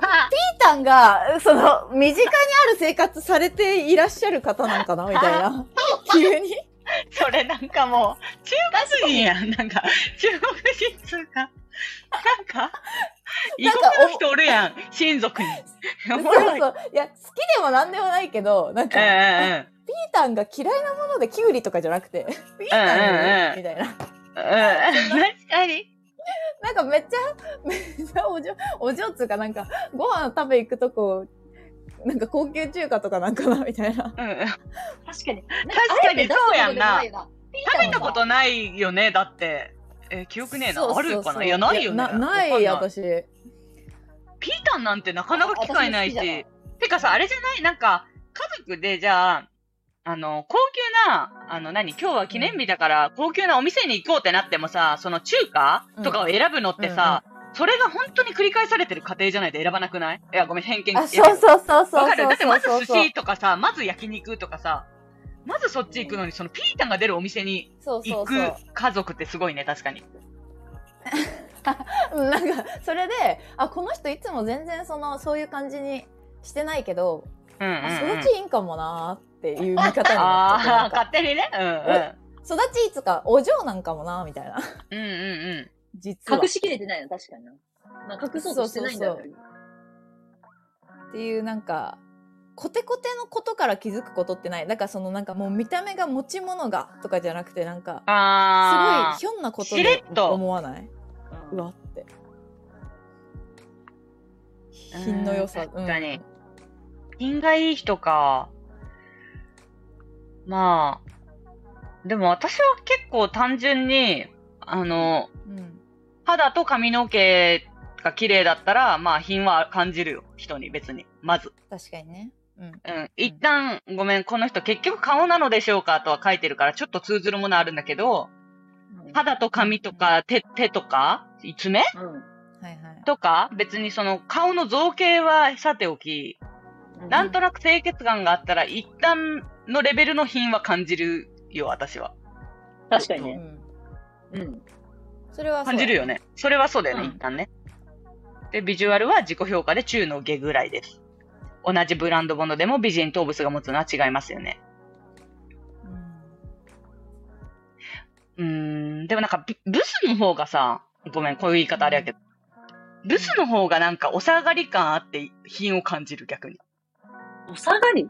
ピータンが、その、身近にある生活されていらっしゃる方なんかなみたいな。急に。 それなんかもう、中国人やん。 なんか、中国人っつうか。 なんか、異国の人おるやん。親族 に。そおうもろい。そう。いや、好きでもなんでもないけど、なんか、うんうピんうん。ータンが嫌いなものでキュウリとかじゃなくて、ピータンうんうんうんみたいうな。ん確かに。なんかめっちゃ、 めっちゃお嬢、お嬢っつうかなんか、ご飯食べ行くとこ、なんか高級中華とかなんかなみたいな。うんうん。食確かに。確かにそうやんなあえて出すことでもべないよな。食たことないよね、だって。えー記憶ねえそうな。そあうそうるかないや、ないよね。ななわかんい、私。ピータンなんてなかなか機会ないし。私も好きじゃないてかさ、あれじゃないなんか、家族でじゃあ、あの、高級な、あの、何今日は記念日だから、高級なお店に行こうってなってもさ、その中華とかを選ぶのってさ、それが本当に繰り返されてる過程じゃないと選ばなくないいや、ごめん、偏見あ、そうそうそうそう。わかるだってまずそう寿そう司とかさ、まず焼肉とかさ、まずそっち行くのに、そのピータンが出るお店にそうそ行うくそう。家族ってすごいね、確かに。うんなんか、それで、あ、この人いつも全然その、そういう感じにしてないけど、うんうん、うん。あ育ちいいんかもなーっていう見方になっちゃってなああんー、か。勝手にね。う育ちいつか、お嬢なんかもなーみたいんな。うん。うんうんうん。実は。隠しきれてないの、確かにな。まあ隠そうとしてないんだろうけどっていうなんかコテコテのことから気づくことってないだからそのなんかもう見た目が持ち物がとかじゃなくてなんかああ。すごいひょんなことしれでっと思わないうんうわって品の良さうん確かに品がいい人か。まあ。でも私は結構単純に、あの、うん肌と髪の毛が綺麗だったら、まあ品は感じるよ。人に別に。まず。確かにねうんうん。一旦、ごめん、この人結局顔なのでしょうかとは書いてるから、ちょっと通ずるものあるんだけど、肌と髪とか手、手とか、爪うん。はいはいとか、別にその顔の造形はさておき、なんとなく清潔感があったら、一旦のレベルの品は感じるよ、私は。確かにうね。ん、うん。それはそう感じるよね。それはそうだよね、うん一旦ね。で、ビジュアルは自己評価で中の下ぐらいです。同じブランド物でも美人とブスが持つのは違いますよね。ううんーん、でもなんかブ、ブスの方がさ、ごめん、こういう言い方あれやけど、ブスの方がなんかお下がり感あって品を感じる、逆に。お下がり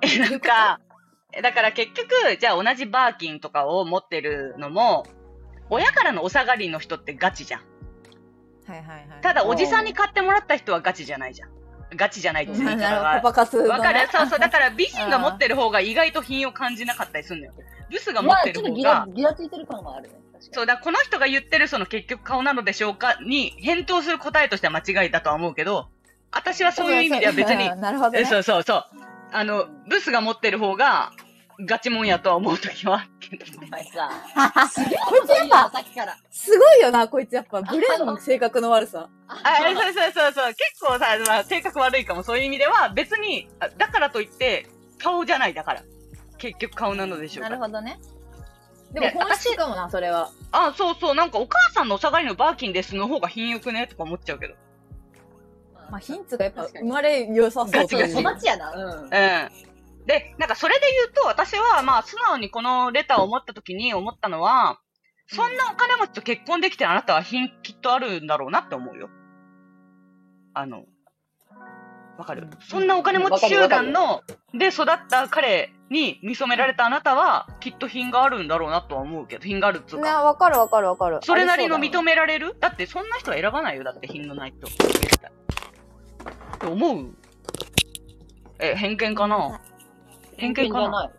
え、なんか、 えだから結局、じゃあ同じバーキンとかを持ってるのも、親からのお下がりの人ってガチじゃん。はいはいはい。ただ、おじさんに買ってもらった人はガチじゃないじゃん。ガチじゃないってう言ん、いな方るほどがパ。パ活動ねわかるそうそう。だから美人が持ってる方が意外と品を感じなかったりするのよ。ブスが持まっあ、てるちょっと方ギラが。ギラついてる感はあるね。確かそうだ、この人が言ってるその結局顔なのでしょうかに返答する答えとしては間違いだとは思うけど、私はそういう意味では 別にうん、なるほど、えね。そうそうそう。あの、ブスが持ってる方が、ガチもんやとは思うときはあるけどに。おね。前さ、すすげえこいつやっぱさっきから。すごいよな、こいつやっぱ。ブレの性格の悪さ。あ、そうそうそうそう。結構さ、まあ、性格悪いかも、そういう意味では、別に、あだからといって、顔じゃない、だから。結局顔なのでしょうか。なるほどね。ででも本質かもな、それは。あ、そうそう、なんかお母さんのお下がりのバーキンですの方が品よくねとか思っちゃうけど。まあ、ヒンツがやっぱ確か生にまれ良さそうガってチいガう。チ育ちやな。うん。うん。で、なんかそれで言うと、私はまあ素直にこのレターを持った時に思ったのは、そんなお金持ちと結婚できてるあなたは品きっとあるんだろうなって思うよ。あの、わかる、うんそんなお金持ち集団の、で育った彼に見初められたあなたは、きっと品があるんだろうなとは思うけど、品があるっつうね、か、わかるわかるわかる。それなりのあ認められるだってそんな人は選ばないよ。だって品のない人。って思うえ、偏見かな偏見かなない。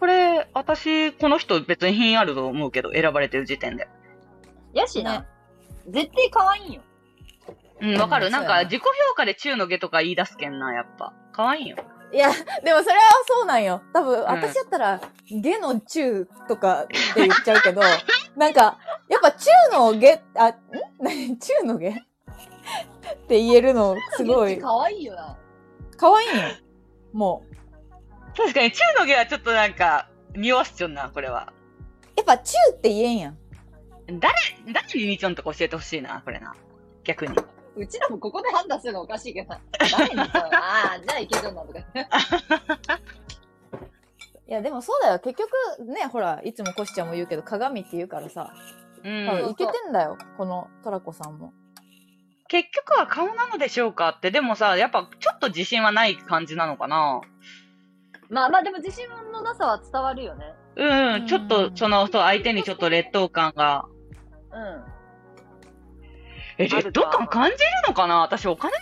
これ、私、この人別に品あると思うけど、選ばれてる時点で。やしなね。絶対可愛いんよ。うん、わかうる。んなんそうやか、な自己評価で中の下とか言い出すけんな、やっぱ。可愛いよ。そうだわいや、でもそれはそうなんよ。多分、私やったら、下の中とかって言っちゃうけど、 なんか、やっぱ中の下、あ、ん何中の下って言えるの、すごめっちいゃ。可愛いよな。可愛いんよ。もう。確かに、中の下はちょっとなんか、匂わすちょんな、これは。やっぱ中って言えんやん。誰、誰にみちょんとか教えてほしいな、これな。逆に。うちらもここで判断するのおかしいけどな。誰にさ、ああ、じゃあいけるなとか。いやでもそうだよ結局ねほらいつもコシちゃんも言うけど鏡って言うからさう多分ん。いけてんだよ、このトラコさんも結局は顔なのでしょうかって、でもさ、やっぱ、ちょっと自信はない感じなのかな。まあまあでも自信のなさは伝わるよね。うん、うんちょっと、その、そう、相手にちょっと劣等感が。うえ、ん。ある劣等感感じるのかな私、お金、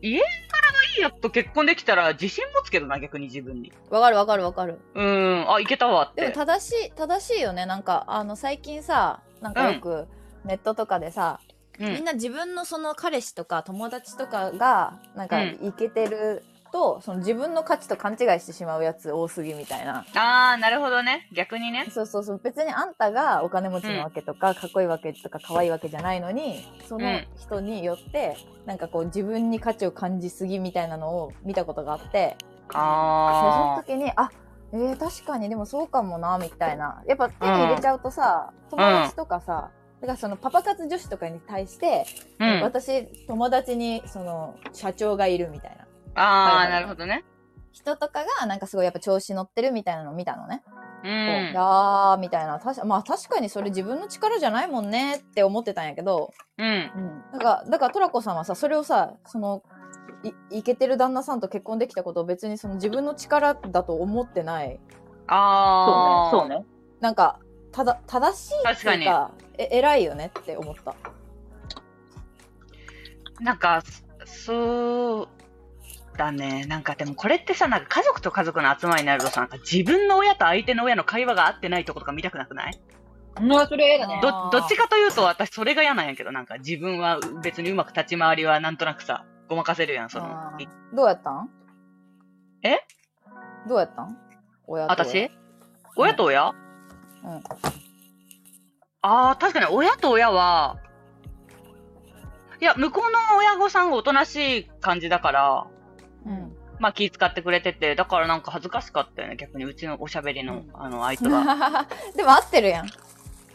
家からがいいやと結婚できたら自信持つけどな、逆に自分に。わかるわかるわかるうん、あ、いけたわっでもて。正しい正しいよねなんかあの最近さなんかよくネットとかでさ、うみんん、な自分のその彼氏とか友達とかがなんかういけてると、その自分の価値と勘違いしてしまうやつ多すぎみたいなあー、なるほどね。逆にね。そうそうそう別にあんたがお金持ちなわけとか、かっこいいわけとか可愛いわけじゃないのにその人によって、なんかこう自分に価値を感じすぎみたいなのを見たことがあってそうそのあ時にあえー、確かにでもそうかもなみたいなやっぱ手に入れちゃうとさ、友達とかさ、だからそのパパ活女子とかに対して、ー、うん。私友達にその社長がいるみたいなあはいはいー、なるほどね。人とかがなんかすごいやっぱ調子乗ってるみたいなのを見たのね。う。こうんあーみたいな確かまあ確かにそれ自分の力じゃないもんねって思ってたんやけどうん。だからだからトラコさんはさそれをさそのいイケてる旦那さんと結婚できたことを別にその自分の力だと思ってないあー。そうね。そうね。なんかただ正しいっていう確かえ偉いよねって思ったなんか、そそうだね。なんかでもこれってさ、なんか家族と家族の集まりになるとさ、なんか自分の親と相手の親の会話が合ってないとことか見たくなくないまあそれは嫌だね。どあーどっちかというと私それが嫌なんやけど、なんか自分は別にうまく立ち回りはなんとなくさ、ごまかせるやん、そのあ。ーどうやったんえどうやったん親と私親と親うんああ、確かに親と親は、いや、向こうの親御さんがおとなしい感じだから、うん。まあ気使ってくれてて、だからなんか恥ずかしかったよね、逆に。うちのおしゃべりの、あの、相手 は。でも合ってるやん。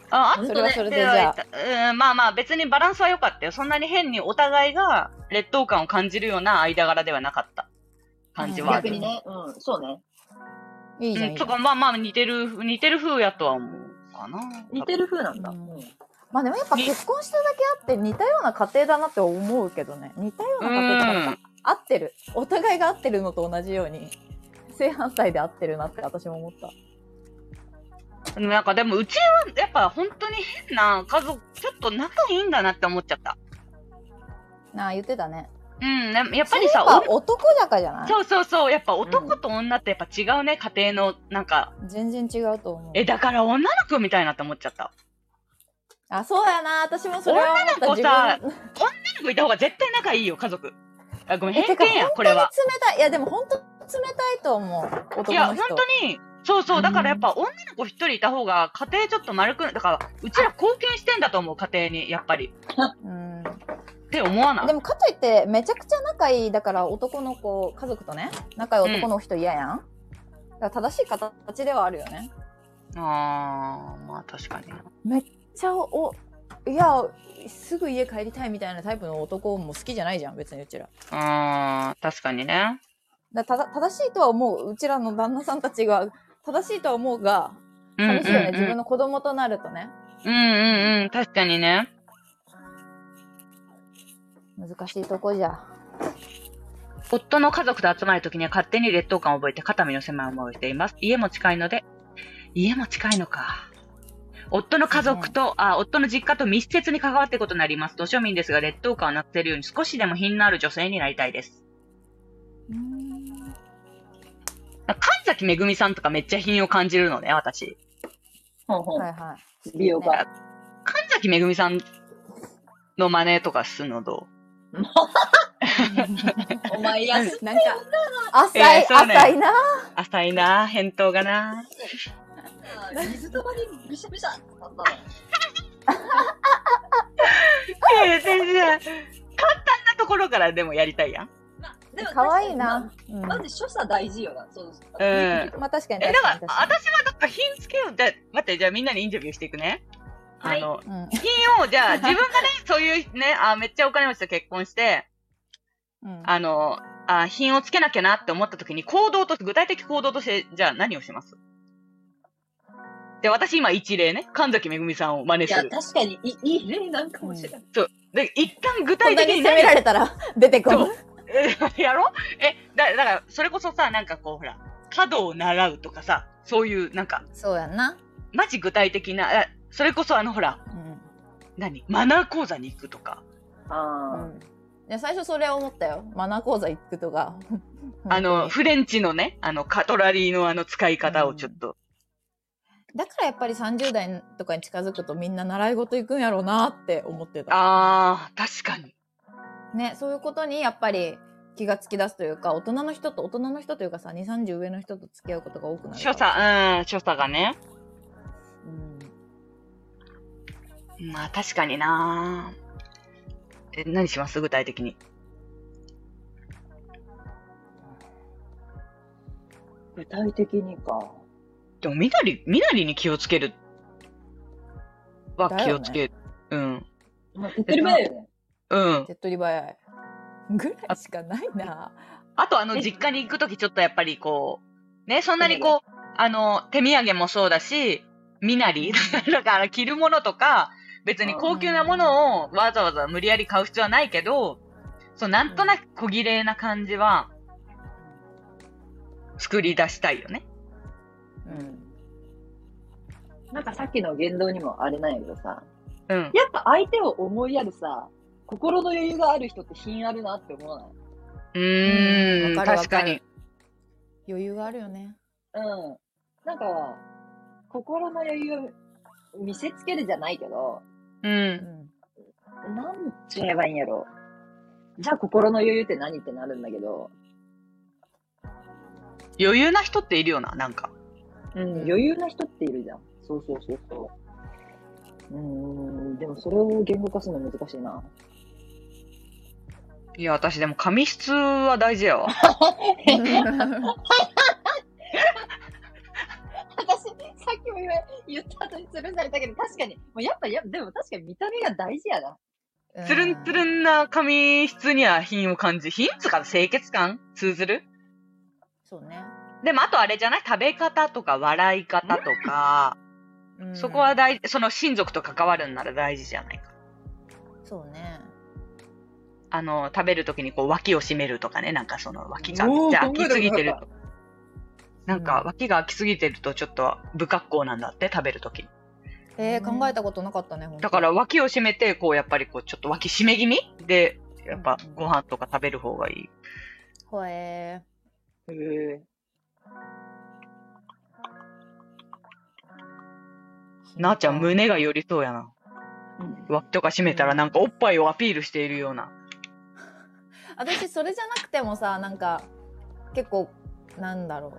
あ、あ本っそ当れねはそれでてじはゃいたうん、まあまあ別にバランスは良かったよ。そんなに変にお互いが劣等感を感じるような間柄ではなかった感じはあ逆る。にね、うん、そうね。あ、いいじゃん。いうん、いじとゃんかまあまあ似てる、似てる風やとは思うかな。似てる風なんだ。ううんんまあでもやっぱ結婚しただけあって似たような家庭だなって思うけどね。似たような家庭だった。うん合ってる。お互いが合ってるのと同じように。 正反対で合ってるなって私も思った。なんかでもうちはやっぱ本当に変な家族、ちょっと仲いいんだなって思っちゃった。なあ、言ってたね。うん、ねやっぱりさ、それやっおぱ男だからじゃないそうそうそう、やっぱ男と女ってやっぱ違うね、家庭の、なんか、全然違うと思う。え、だから女の子みたいなって思っちゃった。あ、そうやな。私もそれは思った。女の子さ自女分の子いた方が絶対仲いいよ、家族。あ、ごめん、えて偏か見や、これは。冷たい。いや、でも本当冷たいと思う。男の人。いや、本当に、そうそうう、んだからやっぱ女の子一人いた方が家庭ちょっと丸くなだから、うちら貢献してんだと思う、家庭に、やっぱり。うん。って思わないでもかといってめちゃくちゃ仲いいだから男の子家族とね仲いい男の人嫌やん、だから正しい形ではあるよねあー、まあ確かに。めっちゃおいやすぐ家帰りたいみたいなタイプの男も好きじゃないじゃん別にうちらあー、確かにね。だからただ正しいとは思ううちらの旦那さんたちが正しいとは思うがうん、うん、寂しいよね、自う分ん。の子供となるとねうんうんうん、確かにね。難しいとこじゃ夫の家族と集まるときには勝手に劣等感を覚えて肩身の狭い思いをしています。家も近いので、家も近いのか。夫の家族と、あ、夫の実家と密接に関わっていくことになります。土庶民ですが、劣等感をなくせるように少しでも品のある女性になりたいです。神崎めぐみさんとかめっちゃ品を感じるのね、私。ほんほはん。いはい美容が。神崎めぐみさんの真似とかするのどお前や すなんか浅い、えーそうね浅いなう浅いな返答がな水たまりびしゃびしゃってなったの。いや全然、簡単なところからでもやりたいやん。まあでも可愛いな、うんまあまず所作大事よな。そうそう。うんまあ確かにえ、だ確かからに確、か私はだから品つけよう。じゃあ、待って、じゃあみんなにインタビューしていくね。はいあの、に、うん品を、じゃあ自分がね、そういうね、あ、めっちゃお金持ちと結婚して、うんあの、あ、品をつけなきゃなって思った時に行動と、具体的行動として、じゃあ何をしますで、私今一例ね、神崎めぐみさんを真似いすや、る。確かにいいい例なんかもしれない。そう。で、一旦具こ体んだ的けに責何められたら 出てこそるう。え やろえ、だ、だから、それこそさ、なんかこう、ほら、角を習うとかさ、そういう、なんか、そうやんな。マジ具体的な、あそれこそあの、ほら、うん。何マナー講座に行くとか、うあんいや最初それ思ったよ。マナー講座行くとか。あの、本当にフレンチのね、あの、カトラリーのあの使い方をちょっと。だからやっぱり30代とかに近づくとみんな習い事行くんやろうなって思ってた。あー、確かに。ね、そういうことにやっぱり気がつき出すというか、大人の人と大人の人というかさ、2、30上の人と付き合うことが多くなるか所ら。作、うん、所作がね。うんまあ、確かになえ、何します具体的に。ー具体的にか。でも、みなり、みなりに気をつける。は気をつける。うん。まあ当たり前よね。うん。手っ取り早い。ぐらいしかないな。あと、あの、え実家に行くとき、ちょっとやっぱりこう、ね、そんなにこう、あの、手土産もそうだし、身なり、だから着るものとか、別に高級なものをわざわざ無理やり買う必要はないけど、そう、なんとなく小綺麗な感じは、作り出したいよね。うん。なんかさっきの言動にもあれなんやけどさ、うん。やっぱ相手を思いやるさ、心の余裕がある人って品あるなって思わないうーうんん、わかるわ確かかるに。余裕があるよね。うん。なんか、心の余裕を見せつけるじゃないけど、う。うんん。なんちゅう言えばいいんやろ。じゃあ心の余裕って何ってなるんだけど、余裕な人っているよな、なんか。うん、余裕な人っているじゃん。そうそうそうそう。うーん、でもそれを言語化するの難しいな。いや、私でも髪質は大事やわ。私、さっきも言え言った後につるんされたけど、確かに、もうやっぱ、やっぱでも確かに見た目が大事やな。つるんつるん。んな髪質には品を感じ、品つか清潔感通ずるそうね。でもあとあれじゃない食べ方とか笑い方とか、うんそこは大事、その親族と関わるんなら大事じゃないか。そうね。あの、食べるときにこう脇を締めるとかね、なんかその脇が、おーじゃあ考開きえたすぎてる。ことなんか脇が開きすぎてるとちょっと不格好なんだって、食べるとき。えー、うん考えたことなかったね、ほんとだから、脇を締めて、こうやっぱりこうちょっと脇締め気味で、やっぱご飯とか食べる方がいい。ほえへえ。ー。なあちゃん胸が寄りそうやな。脇とか締めたらなんかおっぱいをアピールしているような。私、それじゃなくてもさ、なんか、結構、なんだろ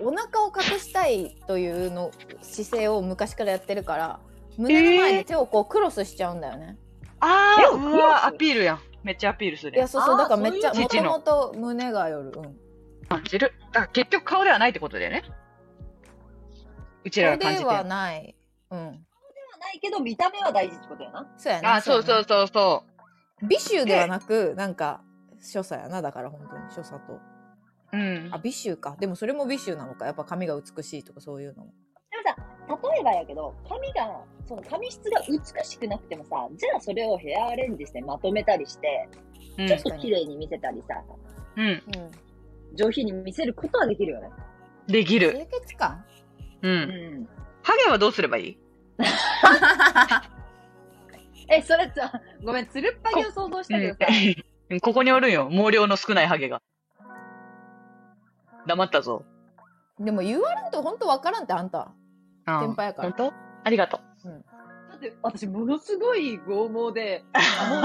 う。お腹を隠したいというの姿勢を昔からやってるから、胸の前で手をこうクロスしちゃうんだよね。あ手あ、をクロスうわ、アピールやん。めっちゃアピールするいやんや、。そうそう、あーだからめっちそうゃ、いうも父とのもと胸がよる。うん。感じる。だから結局顔ではないってことだよね。うちらがそれ感じでてはる。ない。うん。ないけど、見た目は大事ってことやな。そうやね。あ、そうそううそうそやね。美醜ではなく、なんか、所作やな。だから本当に、所作と。う。うんあ、。美醜か。でもそれも美醜なのか。やっぱ髪が美しいとかそういうのも。でもさ、例えばやけど、髪が、その髪質が美しくなくてもさ、じゃあそれをヘアアレンジしてまとめたりして、うちょっん。と綺麗に見せたりさ、うん。うん。上品に見せることはできるよね。できる。清潔感う。うんん。ハゲはどうすればいいえ、それさ、ごめん、つるっぱげを想像したけどさ、うん ここにおるんよ。毛量の少ないハゲが。黙ったぞ。でも言われんと本当わからんってあんた。うん先輩やから本当ありがとう。だって私ものすごい剛毛で、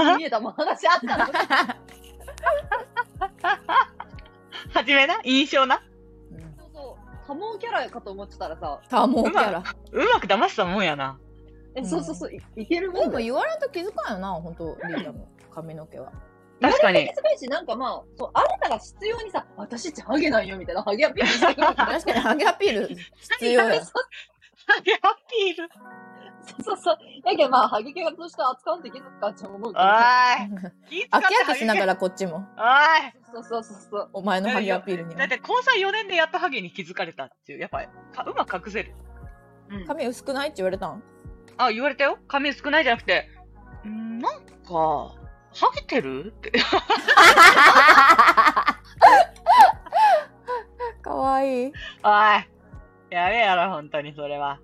も う見えたもん話あったの。はじめな印象なうん。そうそう、多毛キャラかと思ってたらさ、多毛キャラ。うまく騙したもんやな。え、うんそうそうそう、いいけるもでんもだよ。言われんと気づかんよな、本当リーダーの髪の毛は。確かに。すごいし、なんかまあ、そう、あなたが必要にさ、私ってハゲなんよ、みたいな、ハゲアピールしてくるから。確かにハゲアピール必要 や。ハゲアピール。そうそうそう。やけどまあ、ハゲキャラとして扱うんできるかって思うけど。おい。飽き飽きしながら。らこっちも。おい。そうそうそうそう。お前のハゲアピールにだはっ。て交際4年でやっとハゲに気づかれたっていう、やっぱかうまく隠せる。うん髪薄くないって言われたんあ、言われたよ。髪少ないじゃなくて、んなんか、ハゲてるって。 かわいおい。い。やべえやろ、本当にそれは。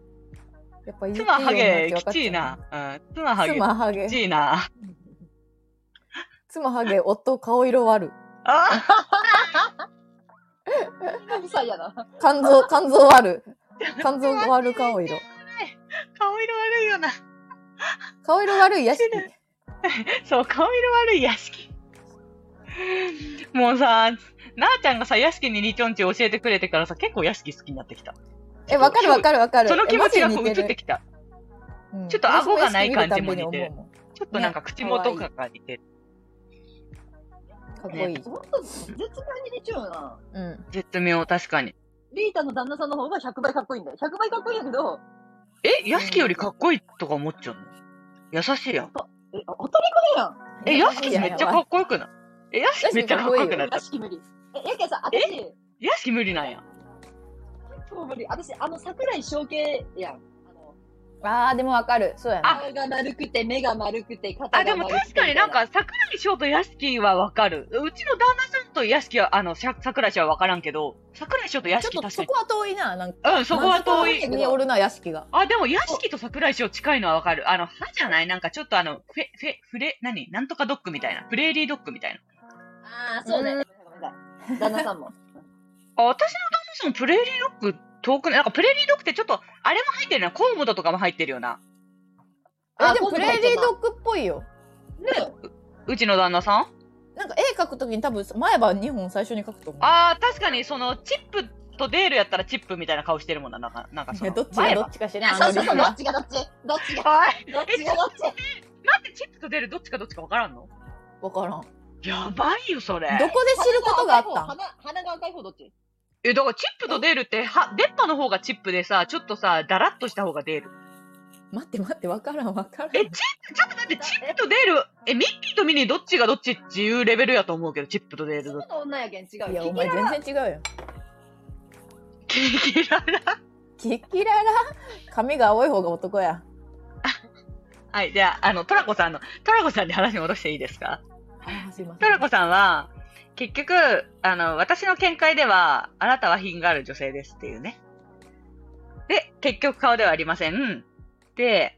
やっぱ言っていい妻ハゲ、女って分かきっちゃうちいな。。うん。妻ハゲ、妻ハゲき。ちいな。妻ハゲ、夫顔色悪。あうさいやな。肝臓、 肝臓悪。肝臓悪顔色。顔色悪いよな。顔色悪い屋敷。 そう、顔色悪い屋敷。もうさ、なあちゃんがさ、屋敷にリチョンチ教えてくれてからさ、結構屋敷好きになってきた。え、わかるわかるわかる。その気持ちがえマこジうで映っ似てる、きた。うんちょっと顎がない感じも似てる私も意識見たびに思うもんちょっとなんか口元とかが似てる。かっこいい。ほんと、絶対にリチュウな。うん。絶妙、確かに。リータの旦那さんの方が100倍かっこいいんだよ。100倍かっこいいんやけど、え、屋敷よりかっこいいとか思っちゃうの優しいやん。え、あ当たり前やん。え、屋敷めっちゃかっこよくないえ、屋敷めっちゃかっこよくなっ屋た。敷無理。え、やけどさ、私、結屋敷無理なんや。構無理。私、あの、桜井翔慶やん。あのあー、でもわかる。そうやな。顔が丸くて、目が丸くて、あ、肩でがも丸くて。確かになんか、桜井翔と屋敷はわかる。うちの旦那さんと屋敷は、あの、しゃ桜井翔はわからんけど、桜井翔と屋ち敷ょっと確かそに。こは遠いな。なんか。うん、そこは遠い。真ん中におるな、屋敷が。あ、でも、屋敷と桜井翔近いのはわかる。あの、歯じゃないなんかちょっとあの、フェ、フェ、フレ、何なんとかドッグみたいな。プレーリードッグみたいな。ああ、そうだよね。ごめんなさい。旦那さんも。あ、私の旦那さんプレーリードッグ遠くないなんかプレーリードッグってちょっと、あれも入ってるよな。コウモドとかも入ってるよな。え、あでもプレーリードッグっぽいよ。ねうちの旦那さんなんか絵描くときに多分前歯2本最初に描くと思う。あー、確かにその、チップとデールやったらチップみたいな顔してるもんな。なんか、なんかそいやの。どっち前歯がどっちか知らん。あ、そうのそうそう、リどーっちがどっちどっちがはい。どっちがどっちなんでチップとデールどっちかどっちかわからんのわからん。やばいよ、それ。どこで知ることがあっ鼻たん鼻鼻が赤い方どっちえ、だからチップと出るって、は、出っ歯の方がチップでさ、ちょっとさ、だらっとした方が出る。待って待って、わからんわからん。え、チップ、ちょっと待って、チップと出る、え、ミッキーとミニーどっちがどっちっていうレベルやと思うけど、チップと出るそどうっち。の女やけん違うよ。いや、おキキ前ララ全然違うよ。キ キララ。キキララ髪が青い方が男や。はい、じゃあ、あの、トラコさんの、トラコさんに話戻していいですかあすいませトん。ラコさんは、結局、あの、私の見解では、あなたは品がある女性ですっていうね。で、結局顔ではありません。で、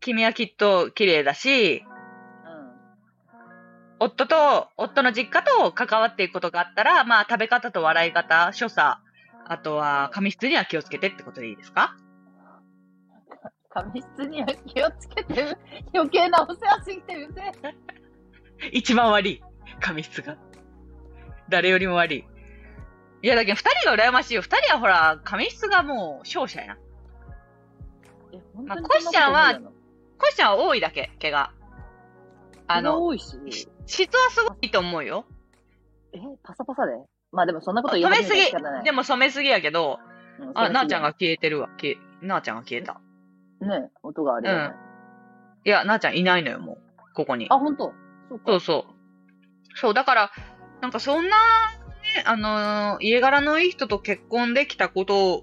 君はきっと綺麗だし、夫と、夫の実家と関わっていくことがあったら、まあ、食べ方と笑い方、所作、あとは、髪質には気をつけてってことでいいですか髪質には気をつけて、 余計なお世話すぎてるぜ。一番悪い。髪質が。誰よりも悪い。いや、だけど、二人が羨ましいよ。二人はほら、髪質がもう、勝者やな。え本ま当あにコシちゃんそなはことないの、コシちゃんは多いだけ、毛が。ああの、の、多いし、質はすごいいいと思うよ。え、パサパサで。まあでもそんなこと言染われめすぎ、でも染めすぎやけど、あ、なあちゃんが。消えてるわ。消え、なあちゃんが消えた。うんね、音があるよね。いや、なあちゃんいないのよ、もう。ここに。あ、本当。そうそかう。そう。そう、だから、なんかそんな、ね、あのー家柄のいい人と結婚できたこと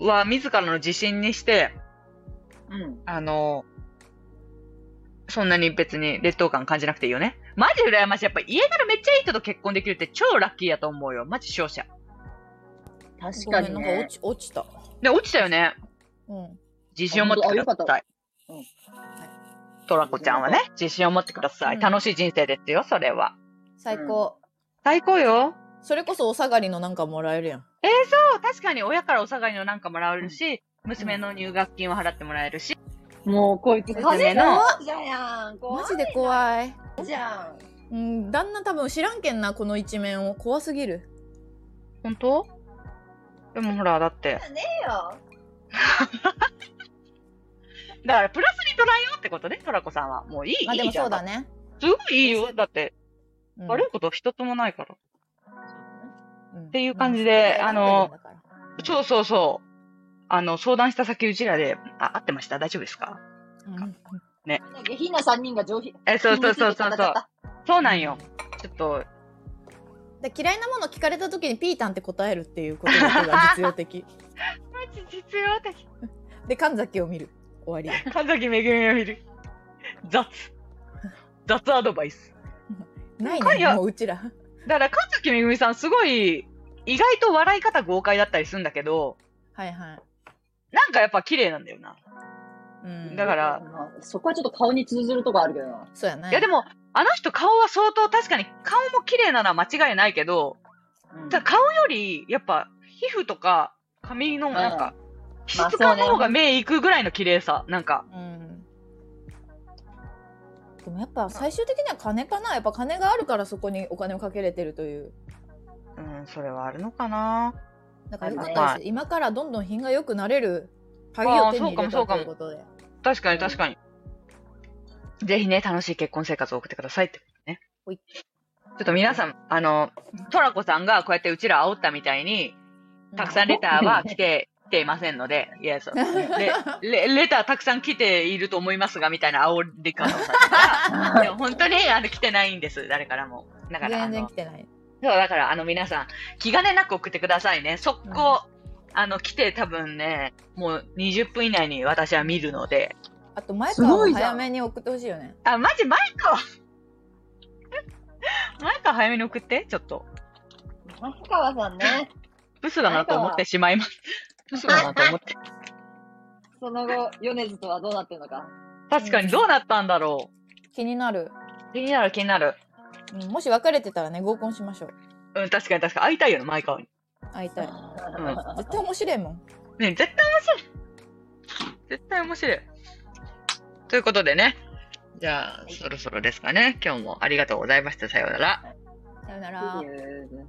は、自らの自信にして、うん。あのーそんなに別に劣等感感じなくていいよね。マジ羨ましい。やっぱ家柄めっちゃいい人と結婚できるって超ラッキーやと思うよ。マジ勝者。確ごかめんになんかね落。ち落ちた。で、落ちたよね。うん。自信を持ってください。あよかったうんはいトラコちゃんはね、自信を持ってください。うん楽しい人生ですよ、それは。最高。最高よ。それこそお下がりのなんかもらえるやん。えー、そう確かに親からお下がりのなんかもらえるし、娘の入学金を払ってもらえるし、もうこいつ金のじゃやん。怖マジで怖い。いじゃん。うん、旦那多分知らんけんな、この一面を。怖すぎる。本当でもほら、だって。えよ。だから、プラスに捉えようってことね、トラコさんは。もういい、まあでいいもじゃん。そうだね。すごいいいよ。だって、うん悪いこと一つもないから。うんていう感じでうんあのだからそうそうそう。あの、相談した先、うちらで、あ、合ってました大丈夫ですかうん下品な三人が上品。え、そうそうそうそう。 そうう。そうなんよ。ちょっと、で嫌いなもの聞かれた時にピータンって答えるっていうことだけが実用 的マジ実用的。で神崎を見る終わり神崎めぐみを見る。雑。雑アドバイス。ない今夜ねもううちらだから、神崎めぐみさん、すごい、意外と笑い方豪快だったりするんだけど、はいはい、なんかやっぱ綺麗なんだよな。うん、だから、そこはちょっと顔に通ずるとこあるけどな。そうやねいやでも、あの人顔は相当確かに、顔も綺麗なのは間違いないけど、うんただ顔より、やっぱ、皮膚とか、髪のなんか、質まあ感のそう方ねが目いくぐらいの綺麗さ。なんか、うんでもやっぱ最終的には金かなやっぱ金があるからそこにお金をかけれてるといううん、それはあるのかなだからよかっはたいです今からどんどん品が良くなれる鍵を手に入れあーそたうかともいうことで確かに確かに。ぜひね、楽しい結婚生活を送ってくださいってことね。ほいちょっと皆さん、あの、トラコさんがこうやってうちら煽ったみたいに、たくさんレターは来て、来ていませんので、いや、そう。レレレターたくさん来ていると思いますが、みたいな煽り方をされた らいや本当にあの来てないんです、誰からも。だから、あ全然の来てないそう、だから、あの、皆さん、気兼ねなく送ってくださいね。速攻、あの、来て多分ね、もう20分以内に私は見るので。あと前すからごもいじゃん早めに送ってほしいよねあ、マジ、マイカは マイカは早めに送って、ちょっと。松川さんね、 ブスだなと思ってしまいます。ブスだなと思って。その後、米津とはどうなってるの か。確かに、どうなったんだろ気になるう。気になる、気になる。うんもし別れてたらね合コンしましょううん、確かに確かに。会いたいよね、マイカは。会いたいうん。絶対面白いもんね、絶対面白い。絶対面白い。ということでね。じゃあ、そろそろですかね。今日もありがとうございました。さようなら。さよならっていう